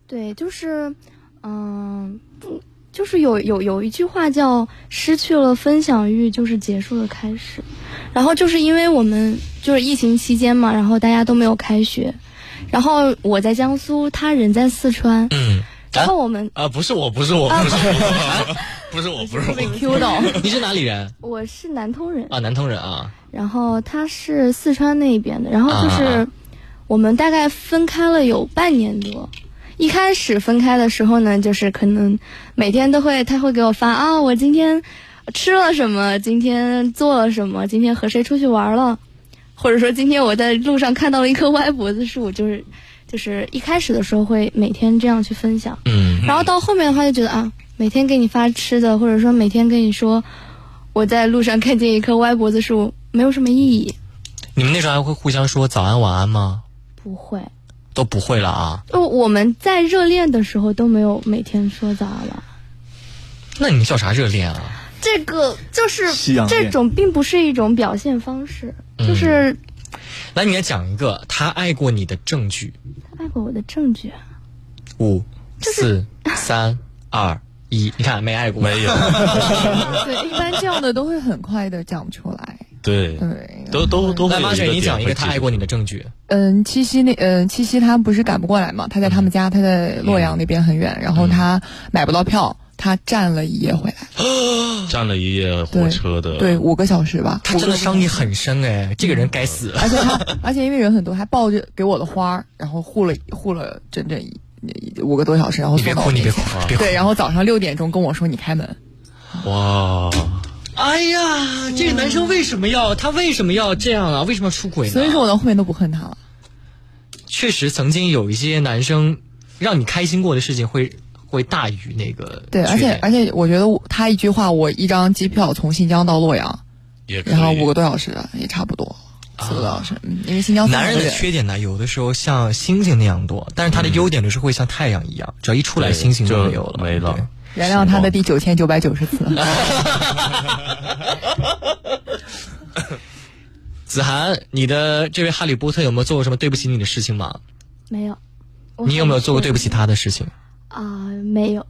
S7: 对，就是，嗯、不，就是有有有一句话叫“失去了分享欲，就是结束的开始”。然后就是因为我们就是疫情期间嘛，然后大家都没有开学，然后我在江苏，他人在四川，
S2: 嗯，
S7: 然后我 们、
S5: 啊，不是我，不啊是我，不是我， 不是我，不是我，
S6: Q 到
S2: 你是哪里人
S7: 我是南通人，
S2: 啊？南通人啊？
S7: 然后他是四川那边的，然后就
S2: 啊啊
S7: 是我们大概分开了有半年多。一开始分开的时候呢，就是可能每天都会，他会给我发啊，我今天吃了什么，今天做了什么，今天和谁出去玩了，或者说今天我在路上看到了一棵歪脖子树，就是就是一开始的时候会每天这样去分享，
S2: 嗯
S7: 然后到后面的话就觉得啊，每天给你发吃的，或者说每天跟你说我在路上看见一棵歪脖子树，没有什么意义。
S2: 你们那时候还会互相说早安晚安吗？
S7: 不会，
S2: 都不会了啊？
S7: 就我们在热恋的时候都没有每天说早安吧。
S2: 那你们叫啥热恋啊？
S7: 这个就是
S1: 西洋恋
S7: 这种，并不是一种表现方式，
S2: 嗯
S7: 就是
S2: 来，你来讲一个他爱过你的证据。
S7: 爱过我的证据。
S2: 五、四、三、二、一，你看没爱过？
S5: 没有，
S6: 对，一般这样的都会很快的讲不出来。
S5: 对，
S6: 对，
S5: 都都都会
S2: 嗯来，
S5: 有
S2: 马
S5: 一
S2: 雪，
S5: 个
S2: 你
S5: 点
S2: 讲一个
S5: 会
S2: 他
S5: 记
S2: 爱
S5: 住
S2: 过你的证据。
S6: 嗯，七夕那嗯，七夕他不是赶不过来嘛，他在他
S2: 嗯
S6: 们家，他在洛阳那边很远，然后他买不到票，他站了一夜回来，
S5: 站了一夜火车的，
S2: 啊
S6: 对，五个小时吧。
S2: 他真的伤你很深哎，这个人该死。
S6: 而且他，而且因为人很多，还抱着给我的花儿，然后护了护了整整一五个多小时，然后
S2: 你别
S6: 送到
S2: 哭，
S6: 我
S2: 你
S6: 面
S2: 别
S6: 前。
S2: 哭，别哭。
S6: 对，然后早上六点钟跟我说你开门，
S5: 哇，
S2: 哎呀，这个男生为什么要他为什么要这样啊？为什么要出轨呢？
S6: 所以说我到后面都不恨他了。
S2: 确实曾经有一些男生让你开心过的事情会会大于那个
S6: 对，而且
S2: 缺点
S6: 而且我觉得我他一句话，我一张机票从新疆到洛阳，
S5: 也可以
S6: 然后五个多小时也差不多，四个多小时，嗯，因为新疆
S2: 啊男人
S6: 三
S2: 的
S6: 个月
S2: 缺点呢，有的时候像星星那样多，但是他的优点就是会像太阳一样，只要一出来
S5: 对
S2: 星星
S5: 就
S2: 没有了，
S5: 没了
S2: 对。
S6: 原谅他的第九千九百九十次。
S2: 子涵，你的这位哈利波特有没有做过什么对不起你的事情吗？
S7: 没有。我
S2: 你有没有做过对不起
S7: 还
S2: 他的事情？
S7: 是？啊、没有。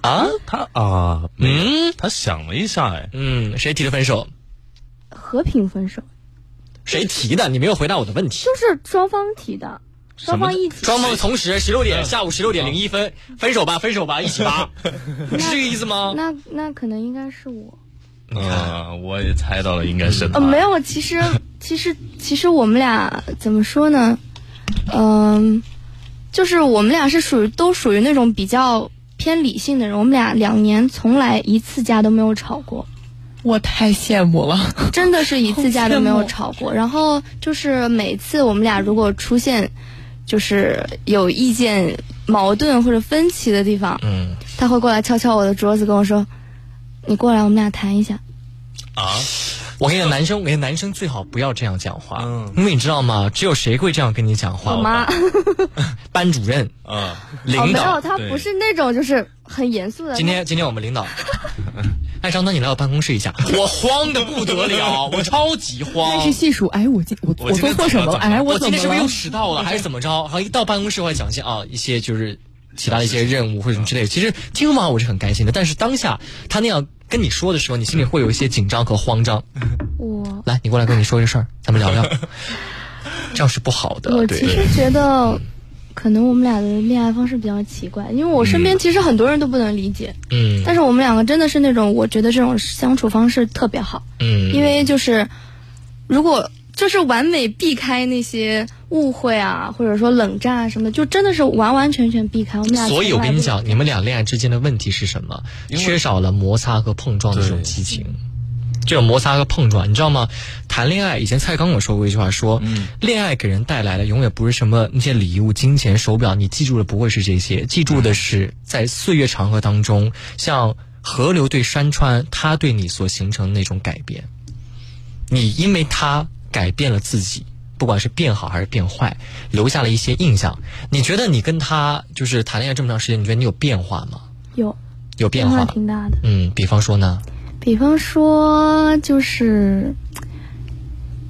S2: 啊？
S5: 他啊，嗯，他想了一下，哎，
S2: 嗯，谁提的分手？
S7: 和平分手
S2: 谁提的？你没有回答我的问题。
S7: 就是双方提的，双方一起。
S2: 双方同时十六
S5: 嗯
S2: 点，下午十六点零一分，分手吧，分手吧，一起吧，
S5: 嗯
S2: 是这个意思吗？
S7: 那那可能应该是我。
S5: 啊，我也猜到了，应该是他。
S2: 啊
S7: 呃，
S2: 嗯
S7: 没有，其 实其实其实我们俩怎么说呢？嗯、就是我们俩是属于都属于那种比较偏理性的人，我们俩两年从来一次架都没有吵 过。
S6: 我太羡慕了，
S7: 真的是一次架都没有吵过。然后就是每次我们俩如果出现就是有意见矛盾或者分歧的地方，
S2: 嗯，
S7: 他会过来敲敲我的桌子，跟我说：“你过来，我们俩谈一下。
S2: 啊，我跟你讲，男生，我跟你讲男生最好不要这样讲话，
S5: 嗯
S2: 因为你知道吗？只有谁会这样跟你讲”话？
S7: 我妈
S2: 班主任、
S5: 啊，
S7: 哦，
S2: 领
S7: 没有，
S2: 导。
S7: 她不是那种就是很严肃的。
S2: 今天，今天我们领导，哎，张丹，你来我办公室一下，我慌的不得了，我超级
S6: 但
S2: 慌
S6: 是。细数，哎，我今我
S2: 我今
S6: 做
S2: 天
S6: 错什么了？哎，
S2: 我今
S6: 怎么
S2: 天是不是
S6: 了
S2: 又？迟到了，还是怎么着？好像一到办公室，我还讲一些啊一些就是其他的一些任务或者什么之类的。其实听完我是很开心的，但是当下他那样跟你说的时候，你心里会有一些紧张和慌张。
S7: 我
S2: 来，你过来跟你说这事儿，咱们聊 聊，这样是不好的。
S7: 我
S2: 对
S7: 其实觉得，可能我们俩的恋爱方式比较奇怪，因为我身边其实很多人都不能理解，
S2: 嗯
S7: 但是我们两个真的是那种，我觉得这种相处方式特别好，
S2: 嗯，
S7: 因为就是如果就是完美避开那些误会啊，或者说冷战啊什么的，就真的是完完全全避开。我们俩
S2: 所以我
S7: 从来
S2: 跟你
S7: 不
S2: 讲，你们俩恋爱之间的问题是什么？缺少了摩擦和碰撞的这种激情。这种摩擦和碰撞，你知道吗？谈恋爱以前蔡康永说过一句话说，恋爱给人带来的永远不是什么那些礼物、金钱、手表，你记住的不会是这些，记住的是在岁月长河当中，像河流对山川，它对你所形成的那种改变。你因为他改变了自己，不管是变好还是变坏，留下了一些印象。你觉得你跟他就是谈恋爱这么长时间，你觉得你有变化吗？
S7: 有
S2: 有变
S7: 化
S2: 化？
S7: 挺大的。
S2: 嗯，比方说呢？
S7: 比方说，就是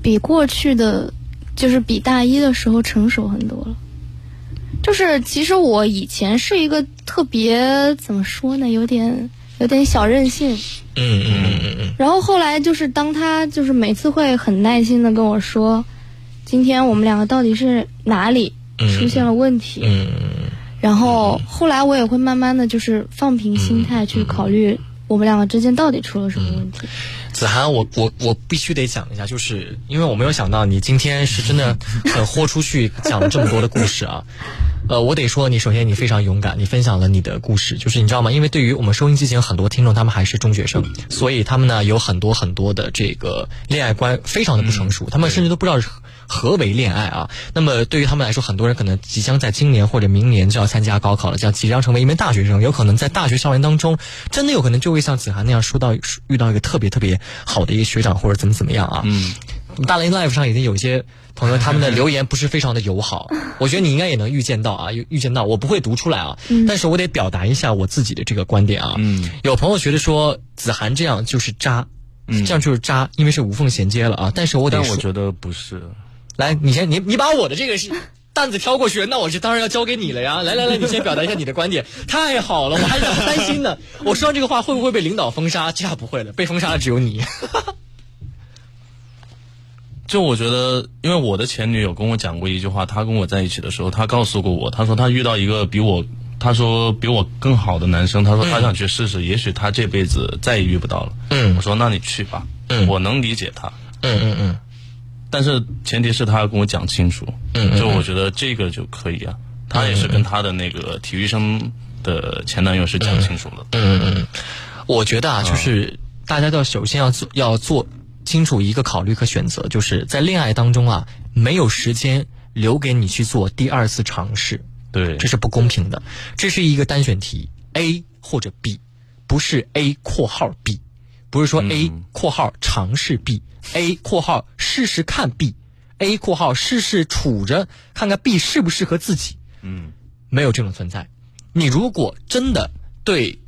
S7: 比过去的，就是比大一的时候成熟很多了。就是其实我以前是一个特别怎么说呢，有点有点小任性。
S2: 嗯嗯嗯嗯
S7: 然后后来就是当他就是每次会很耐心的跟我说，今天我们两个到底是哪里出现了问题。
S2: 嗯
S7: 然后后来我也会慢慢的就是放平心态去考虑我们两个之间到底出了什么问题。
S2: 嗯，子涵，我我我必须得讲一下，就是因为我没有想到你今天是真的很豁出去讲了这么多的故事啊。呃，我得说你，首先你非常勇敢，你分享了你的故事，就是你知道吗？因为对于我们收音机前很多听众，他们还是中学生，所以他们呢有很多很多的这个恋爱观非常的不成熟，他们甚至都不知道是何为恋爱啊。那么对于他们来说，很多人可能即将在今年或者明年就要参加高考了，将即将成为一名大学生，有可能在大学校园当中，真的有可能就会像子涵那样说到遇到一个特别特别好的一个学长或者怎么怎么样啊。嗯，大连 Live 上已经有一些朋友他们的留言不是非常的友好，我觉得你应该也能预见到啊，预预见到，我不会读出来啊，
S1: 嗯
S2: 但是我得表达一下我自己的这个观点啊。
S1: 嗯，
S2: 有朋友觉得说子涵这样就是渣，这样就是渣，因为是无缝衔接了啊。但是我得
S5: 嗯但
S2: 说，
S5: 我觉得不是，
S2: 来，你先，你你把我的这个是。 担子挑过去，那我就当然要交给你了呀！来来来，你先表达一下你的观点。太好了，我还在担心呢。我说完这个话会不会被领导封杀？这下不会了，被封杀的只有你。
S5: 就我觉得，因为我的前女友跟我讲过一句话，她跟我在一起的时候，她告诉过我，她说她遇到一个比我，她说比我更好的男生，她说她想去试试，也许她这辈子再也遇不到了。
S2: 嗯
S5: 我说那你去吧，
S2: 嗯
S5: 我能理解她，
S2: 嗯嗯嗯
S5: 但是前提是她要跟我讲清楚。
S2: 嗯嗯
S5: 就我觉得这个就可以啊，她也是跟她的那个体育生的前男友是讲清楚了。
S2: 嗯嗯嗯，我觉得啊，就是大家都要首先要做要做清楚一个考虑和选择，就是在恋爱当中啊，没有时间留给你去做第二次尝试，
S5: 对，
S2: 这是不公平的。这是一个单选题，A 或者 B，不是 A 括号 B，不是说 A 括号尝试 B，A 括号试试看 B，A 括号试试处着看看 B 适不适合自己。
S5: 嗯，
S2: 没有这种存在。你如果真的对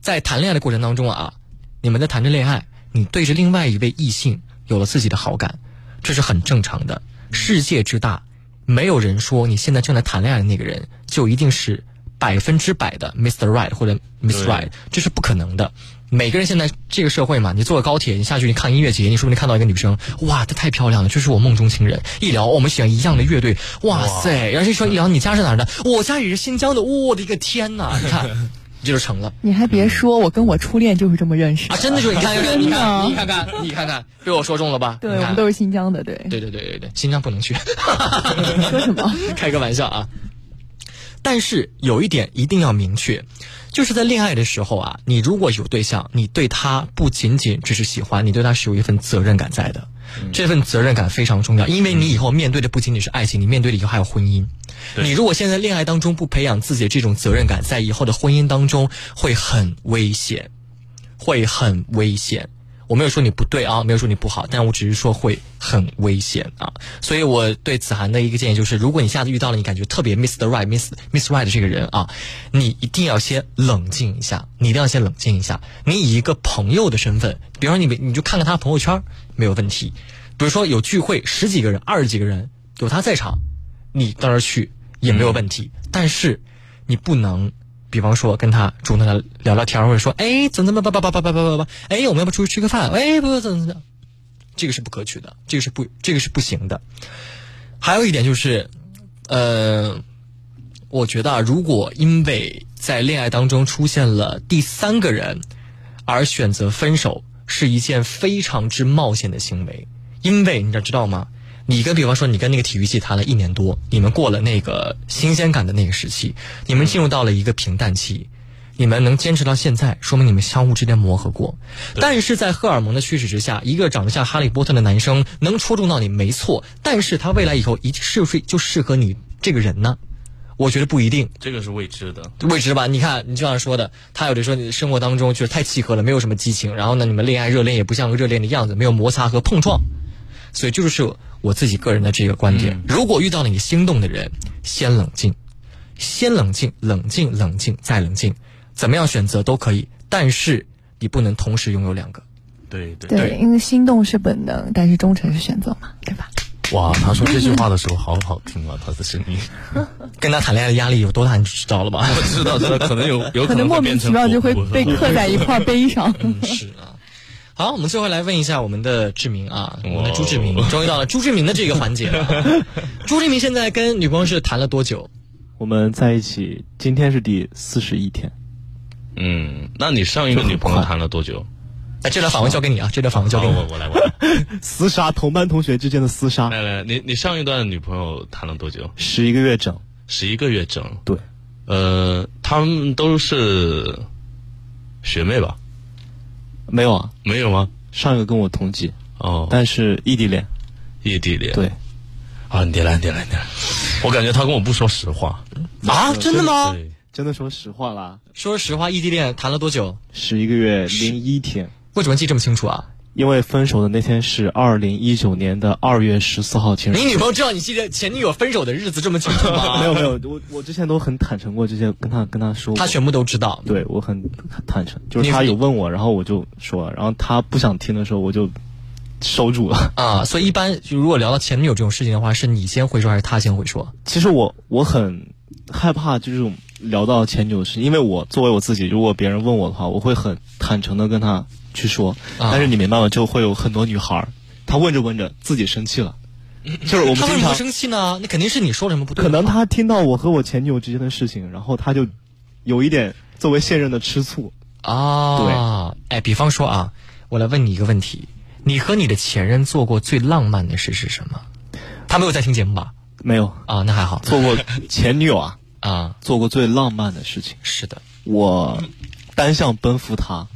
S2: 在谈恋爱的过程当中啊，你们在谈着恋爱，你对着另外一位异性有了自己的好感，这是很正常的。世界之大，没有人说你现在正在谈恋爱的那个人就一定是百分之百的 Mr. Right 或者 Miss
S5: 对
S2: Right，这是不可能的。每个人现在这个社会嘛，你坐个高铁，你下去你看音乐节，你说不定看到一个女生，哇，她太漂亮了，这是我梦中情人。一聊、哦我们喜欢一样的乐队，哇塞，然后一说一聊你家是哪儿的，我家也是新疆的，我的一个天呐，你看， 这就成了。
S6: 你还别说，我跟我初恋就是这么认识
S2: 啊，真的就是 你看，
S6: 真
S2: 你看，你
S6: 的，
S2: 看看，你看看，被我说中了吧？
S6: 对
S2: 你
S6: 我
S2: 看
S6: 们都是新疆的，对。
S2: 对对对对对，新疆不能去。 说
S6: 什么？
S2: 开个玩笑啊！但是有一点一定要明确，就是在恋爱的时候啊，你如果有对象，你对他不仅仅只是喜欢，你对他是有一份责任感在的。这份责任感非常重要，因为你以后面对的不仅仅是爱情，你面对的以后还有婚姻。你如果现在恋爱当中不培养自己的这种责任感，在以后的婚姻当中会很危险。会很危险。我没有说你不对啊，没有说你不好，但我只是说会很危险啊。所以我对子涵的一个建议就是，如果你下次遇到了你感觉特别 miss the right miss miss right 的这个人啊，你一定要先冷静一下，你一定要先冷静一下。你以一个朋友的身份，比方说你你就看看他朋友圈没有问题，比如说有聚会十几个人、二十几个人有他在场，你到那儿去也没有问题。但是你不能，比方说跟他主动的聊聊天儿，或者说，哎，怎么怎么吧吧吧吧吧吧吧吧，哎，我们要不出去吃个饭？哎，不不怎么怎么样，这个是不可取的，这个是不这个是不行的。还有一点就是，呃，我觉得啊，如果因为在恋爱当中出现了第三个人而选择分手，是一件非常之冒险的行为，因为你知道吗？你跟比方说你跟那个体育系谈了一年多，你们过了那个新鲜感的那个时期，你们进入到了一个平淡期。你们能坚持到现在，说明你们相互之间磨合过。但是在荷尔蒙的驱使之下，一个长得像哈利波特的男生能戳中到你，没错。但是他未来以后一是不是就适合你这个人呢？我觉得不一定。
S5: 这个是未知的。
S2: 位置吧，你看你就像说的，他有的说你生活当中就是太契合了，没有什么激情，然后呢，你们恋爱热恋也不像个热恋的样子，没有摩擦和碰撞，所以这就是我自己个人的这个观点。如果遇到了你心动的人，先冷静，先冷静，冷静，冷静，再冷静，怎么样选择都可以，但是你不能同时拥有两个。
S5: 对对
S6: 对，因为心动是本能，但是忠诚是选择嘛，对吧？
S5: 哇，他说这句话的时候好好听啊，他的声音。
S2: 跟他谈恋爱的压力有多大，你知道了吧？
S5: 我知道，知道，可能有有
S6: 可能
S5: 能
S6: 莫
S5: 会
S6: 名
S5: 变
S6: 其
S5: 成
S6: 妙就会
S5: 我
S6: 被刻在一块碑上。
S2: 嗯啊好，我们最后来问一下我们的志明啊，
S1: 哦
S2: 我们的
S5: 哇
S2: 朱志明，终于到了朱志明的这个环节了啊。 朱志明现在跟女朋友是谈了多久？
S1: 我们在一起，今天是第四十一天，
S5: 嗯，那你上一个女朋友谈了多久？
S2: 哎，这段访问交给你啊，这段访问交
S5: 好，
S2: 给你。
S5: 我我来我来
S1: 厮杀同班同学之间的厮杀，
S5: 来来，你你上一段女朋友谈了多久？
S1: 十一个月整。
S5: 十一个月整。
S1: 对，
S5: 呃，他们都是学妹吧？
S1: 没有啊，
S5: 没有吗？
S1: 上一个跟我同级，
S5: 哦，
S1: 但是异地恋。
S5: 异地恋。
S1: 对，
S5: 啊，你来你来你来，我感觉他跟我不说实话。
S2: 啊，真的吗？
S5: 对，
S1: 真的说实话啦，
S2: 说实话，异地恋谈了多久？
S1: 十一个月零一天，
S2: 为什么记这么清楚啊？
S1: 因为分手的那天是二零一九年的二月十四号情人
S2: 你
S1: 节。
S2: 女朋友知道你记得前女友分手的日子这么清楚
S1: 没
S2: 吗？
S1: 有没有，我我之前都很坦诚过，之前跟他跟他说过，
S2: 她全部都知道。
S1: 对我很坦诚，就是
S2: 你
S1: 他有问我，然后我就说，然后他不想听的时候，我就收住了。
S2: 啊，所以一般就如果聊到前女友这种事情的话，是你先会说还是她先会说？
S1: 其实我我很害怕就这种聊到前女友的事，因为我作为我自己，如果别人问我的话，我会很坦诚的跟他去说。
S2: 啊
S1: 但是你明白吗？就会有很多女孩儿，她问着问着自己生气了，就是我们
S2: 嗯她为
S1: 经
S2: 什么
S1: 常
S2: 会生气呢？那肯定是你说了什么不对。
S1: 可能她听到我和我前女友之间的事情，然后她就有一点作为现任的吃醋。
S2: 啊，对，哎，比方说啊，我来问你一个问题：你和你的前任做过最浪漫的事是什么？他没有在听节目吧？
S1: 没有
S2: 啊，那还好
S1: 做过前女友啊，
S2: 啊，
S1: 做过最浪漫的事情。
S2: 是的。
S1: 我单向奔赴他，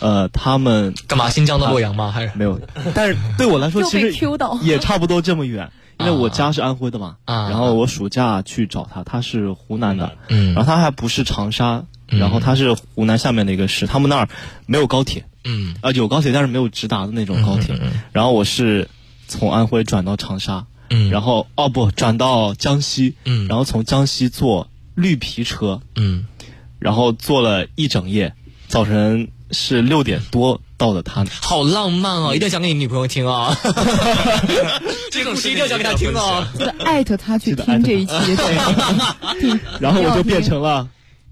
S1: 呃，他们
S2: 干嘛？新疆的洛阳吗？还是
S1: 没有，但是对我来说
S6: 又
S1: 其
S6: 被
S1: 实
S6: Q 到
S1: 也差不多这么远，因为我家是安徽的嘛，
S2: 啊
S1: 然后我暑假去找他，他是湖南的，
S2: 嗯
S1: 然后他还不是长沙，然后他是湖南下面的一个市，他们那儿没有高铁，
S2: 嗯
S1: 啊、有高铁但是没有直达的那种高铁，然后我是从安徽转到长沙，
S2: 嗯
S1: 然后哦不转到江西，
S2: 嗯
S1: 然后从江西坐绿皮车，
S2: 嗯
S1: 然后坐了一整夜，早晨是六点多到的 他那。
S2: 好浪漫哦，一定要讲给你女朋友听啊！这种事一定要讲给她听啊！
S6: 记得艾特他去听这一期，对
S1: 然后我就变成了，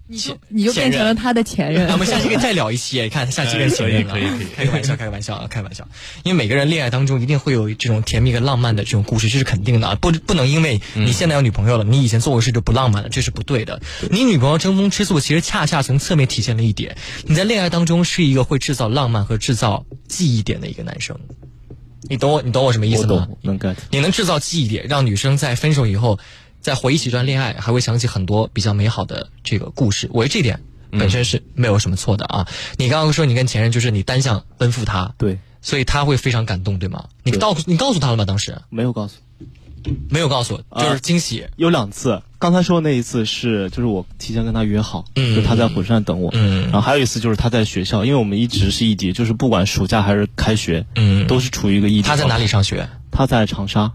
S6: 你就你就变成了他的前 任。
S2: 啊我们下期可以再聊一期，你看下期跟前任了。
S5: 可以可以可以
S2: 开个玩笑，开个玩笑啊，开个玩笑。因为每个人恋爱当中一定会有这种甜蜜跟浪漫的这种故事，这是肯定的啊！不不能因为
S5: 嗯
S2: 你现在有女朋友了，你以前做过事就不浪漫了，这是不对的。你女朋友争风吃醋，其实恰恰从侧面体现了一点，你在恋爱当中是一个会制造浪漫和制造记忆点的一个男生。你懂我，你懂我什么意思
S1: 我
S2: 吗
S1: 懂？能 get。
S2: 你能制造记忆点，让女生在分手以后，在回忆起这段恋爱，还会想起很多比较美好的这个故事。我觉得这点
S1: 嗯
S2: 本身是没有什么错的啊。你刚刚说你跟前任就是你单向奔赴他，
S1: 对，
S2: 所以他会非常感动，对吗？你
S1: 对
S2: 告诉你告诉他了吗？当时
S1: 没有告诉。
S2: 没有告诉
S1: 呃
S2: 我，就是惊喜。
S1: 有两次，刚才说的那一次是，就是我提前跟他约好，
S2: 嗯
S1: 就他在火车站等我，
S2: 嗯
S1: 然后还有一次就是他在学校，因为我们一直是异地，就是不管暑假还是开学，
S2: 嗯
S1: 都是处于一个异地。
S2: 他在哪里？上学？
S1: 他在长沙。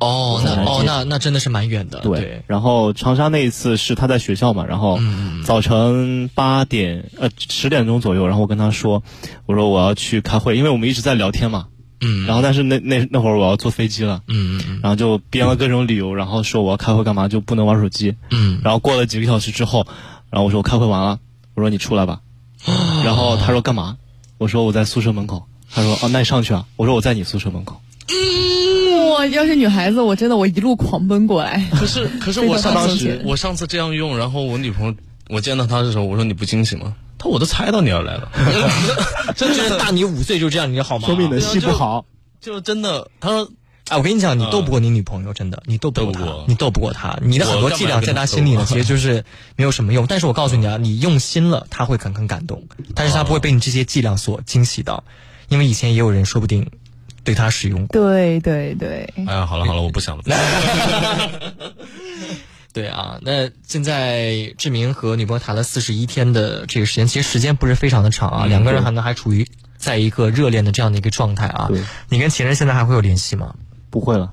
S2: 哦，
S1: 我在
S2: 那
S1: 南京
S2: 哦那那真的是蛮远的。
S1: 对，
S2: 对，嗯
S1: 然后长沙那一次是他在学校嘛，然后早晨八点呃十点钟左右，然后我跟他说，我说我要去开会，因为我们一直在聊天嘛，
S2: 嗯
S1: 然后但是那那那会儿我要坐飞机了，
S2: 嗯嗯
S1: 然后就编了各种理由，然后说我要开会干嘛就不能玩手机，
S2: 嗯
S1: 然后过了几个小时之后，然后我说我开会完了，我说你出来吧，然后他说干嘛？我说我在宿舍门口，他说哦那你上去啊，我说我在你宿舍门口，
S6: 我要是女孩子，我真的我一路狂奔过来。
S5: 可是可是
S6: 非
S5: 我
S6: 常
S5: 上
S6: 当
S5: 次
S6: 时
S5: 我上次这样用，然后我女朋友我见到她的时候，我说你不惊喜吗？她我都猜到你要来了，
S2: 真的是大你五岁就这样，你好吗？
S1: 说明你的戏不好，
S5: 就真的她说
S2: 哎，我跟你讲，你斗不过你女朋友，真的，你斗不
S5: 斗
S2: 过
S5: 不过
S2: 她，你斗不过她，你的很多伎俩在她心里呢
S5: 我干嘛跟她斗啊，
S2: 其实就是没有什么用。但是我告诉你啊，你用心了，她会很很感动，但是她不会被你这些伎俩所惊喜到，因为以前也有人说不定对她使用过。
S6: 对对对，
S5: 哎呀好了好了，我不想了。
S2: 对啊，那现在志明和女朋友谈了四十一天的这个时间，其实时间不是非常的长啊，两个人还能还处于在一个热恋的这样的一个状态啊
S1: 对。
S2: 你跟前任现在还会有联系吗？
S1: 不会了。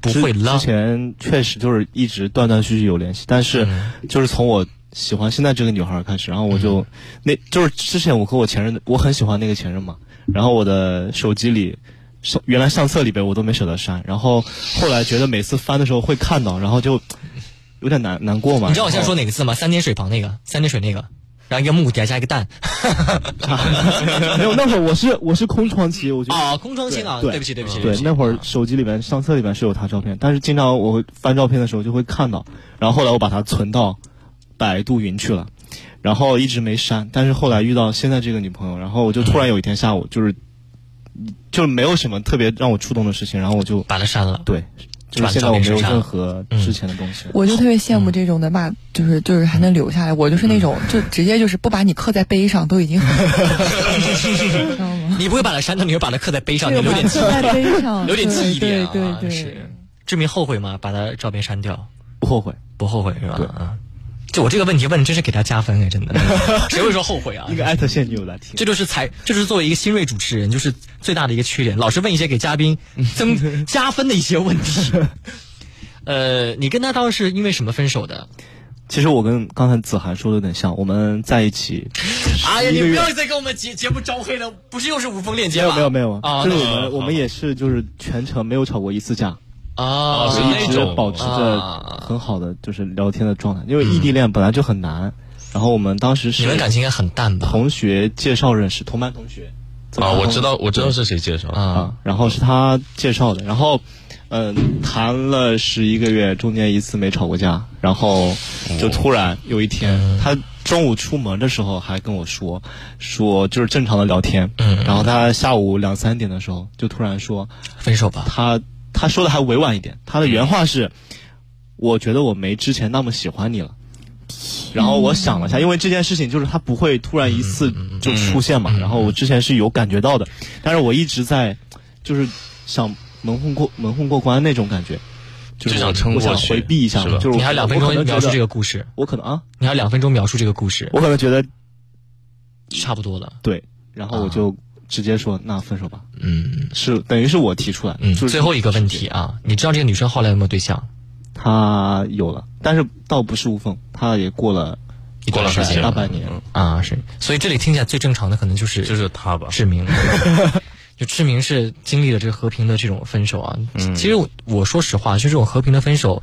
S2: 不会
S1: 之之
S2: 了。
S1: 前确实就是一直断断续续有联系，但是
S2: 嗯
S1: 就是从我喜欢现在这个女孩开始，然后我就、那就是之前我和我前任的，我很喜欢那个前任嘛，然后我的手机里。相原来相册里边我都没舍得删，然后后来觉得每次翻的时候会看到，然后就有点难难过嘛。
S2: 你知道我现在说
S1: 然后
S2: 哪个字吗？三点水旁那个，三点水那个，然后一个木底下加一个蛋。
S1: 没有？那会儿我是我是空窗期，我觉得
S2: 啊，空窗期啊，
S1: 对
S2: 对不起，对不起，
S1: 对，
S2: 起
S1: 那会儿手机里面相册里面是有他照片，但是经常我会翻照片的时候就会看到，然后后来我把它存到百度云去了，然后一直没删，但是后来遇到现在这个女朋友，然后我就突然有一天下午就是，就是没有什么特别让我触动的事情，然后我就
S2: 把它删了。
S1: 对，就
S2: 把
S1: 是现在
S2: 照
S1: 我
S2: 片
S1: 没有
S2: 删了嗯
S1: 任何之前的东西了，
S6: 我就特别羡慕这种能把，就是就是还能留下来。我就是那种就直接就是不把你刻在碑上，都已经很，
S2: 啊
S6: 知道吗？
S2: 你不会把它删掉，你会把它刻在碑上，你
S6: 对，
S2: 留
S6: 把它
S2: 点记忆
S6: 刻，在碑上，
S2: 留点记忆点
S6: 对
S2: 啊。
S6: 对对
S2: 是，志明后悔吗？把他照片删掉，
S1: 不后悔，
S2: 不后悔是吧？啊，就我这个问题问，真是给他加分哎，真 的，谁会说后悔啊？
S1: 应该艾特现女友来听。
S2: 这就是才，这就是作为一个新锐主持人，就是最大的一个缺点，老是问一些给嘉宾 增加分的一些问题。呃，你跟他当时是因为什么分手的？
S1: 其实我跟刚才子涵说的有点像，我们在一起
S2: 哎呀，
S1: 一
S2: 你
S1: 个
S2: 不
S1: 月
S2: 要再跟我们节节目招黑了，不是又是无缝链
S1: 没
S2: 接
S1: 有
S2: 吗？
S1: 没有没有
S2: 啊，
S1: 就是
S2: 那
S1: 我们我们也是就是全程没有吵过一次架。
S2: 啊，
S5: 哦
S1: 我
S5: 是
S1: 一
S5: 那
S1: 直
S5: 种嗯
S1: 保持着
S2: 啊
S1: 很好的就是聊天的状态，因为异地恋本来就很难。然后我们当时
S2: 你
S1: 是
S2: 们感情应该很淡吧？
S1: 同学介绍认识，同班同学。
S5: 啊，我知道
S1: 对
S5: 我知道是谁介绍的，
S2: 啊
S1: 啊，然后是他介绍的，然后嗯、谈了十一个月，中间一次没吵过架，然
S5: 哦
S1: 后就突然有一天，
S5: 嗯
S1: 他中午出门的时候还跟我说说就是正常的聊天，
S5: 嗯
S1: 然后他下午两三点的时候就突然说
S2: 分手吧。
S1: 他他说的还委婉一点，他的原话是：“我觉得我没之前那么喜欢你了。”然后我想了一下，因为这件事情就是他不会突然一
S2: 嗯
S1: 次就出现嘛，然后我之前是有感觉到的，但是我一直在就是想蒙混过蒙混过关那种感觉，就是
S5: 就想
S1: 我
S5: 撑
S1: 我
S5: 过
S1: 想
S5: 去
S1: 回避一下
S5: 是
S1: 嘛，
S5: 吧
S1: 就是我
S2: 你还有两分
S1: 我可
S2: 钟
S1: 能
S2: 描
S1: 觉
S2: 述
S1: 得
S2: 这个故事，
S1: 我可能啊，
S2: 你还有两分钟描述这个故事，
S1: 我可能觉得
S2: 差不多了。
S1: 对，然后我就
S2: 啊
S1: 直接说那分手吧，
S2: 嗯
S1: 是等于是我提出来，
S2: 嗯。
S1: 就是
S2: 最后一个问题啊，你知道这个女生后来有没有对象？
S1: 他有了，但是倒不是无缝，他也过了
S2: 一段时间，
S1: 过了嗯半年
S2: 啊，是。所以这里听起来最正常的可能就是
S5: 就是他吧，
S2: 志 明。就志明是经历了这个和平的这种分手啊。
S5: 嗯
S2: 其实我我说实话，就这种和平的分手，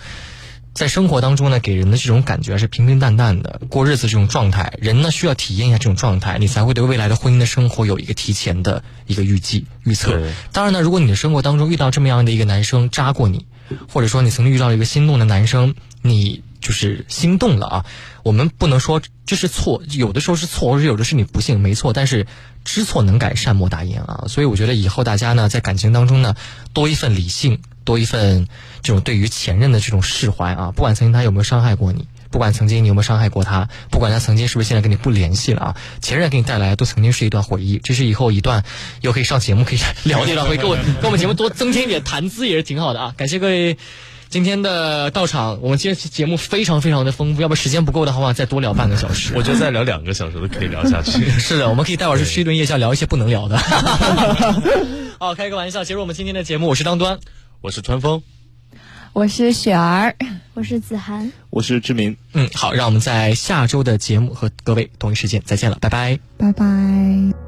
S2: 在生活当中呢，给人的这种感觉是平平淡淡的过日子这种状态。人呢需要体验一下这种状态，你才会对未来的婚姻的生活有一个提前的一个预计预测
S5: 对。
S2: 当然呢，如果你的生活当中遇到这么样的一个男生扎过你，或者说你曾经遇到一个心动的男生，你就是心动了啊。我们不能说这是错，有的时候是错，或者有的是你不幸没错，但是知错能改，善莫大焉啊。所以我觉得以后大家呢，在感情当中呢，多一份理性，多一份这种对于前任的这种释怀啊，不管曾经他有没有伤害过你。不管曾经你有没有伤害过他，不管他曾经是不是现在跟你不联系了啊，前任给你带来的都曾经是一段回忆，这是以后一段又可以上节目可以聊的一段回忆，给我给我们节目多增添一点谈资也是挺好的啊！感谢各位今天的到场，我们今天节目非常非常的丰富，要不然时间不够的话，再多聊半个小时。
S5: 我觉得再聊两个小时都可以聊下去。
S2: 是的，我们可以待会儿去吃一顿夜宵，聊一些不能 聊的。好，开个玩笑，结束我们今天的节目。我是张端，
S5: 我是川峰。
S6: 我是雪儿，
S7: 我是子涵。
S1: 我是志明。
S2: 嗯，好，让我们在下周的节目和各位同一时间再见了，拜拜。
S6: 拜拜。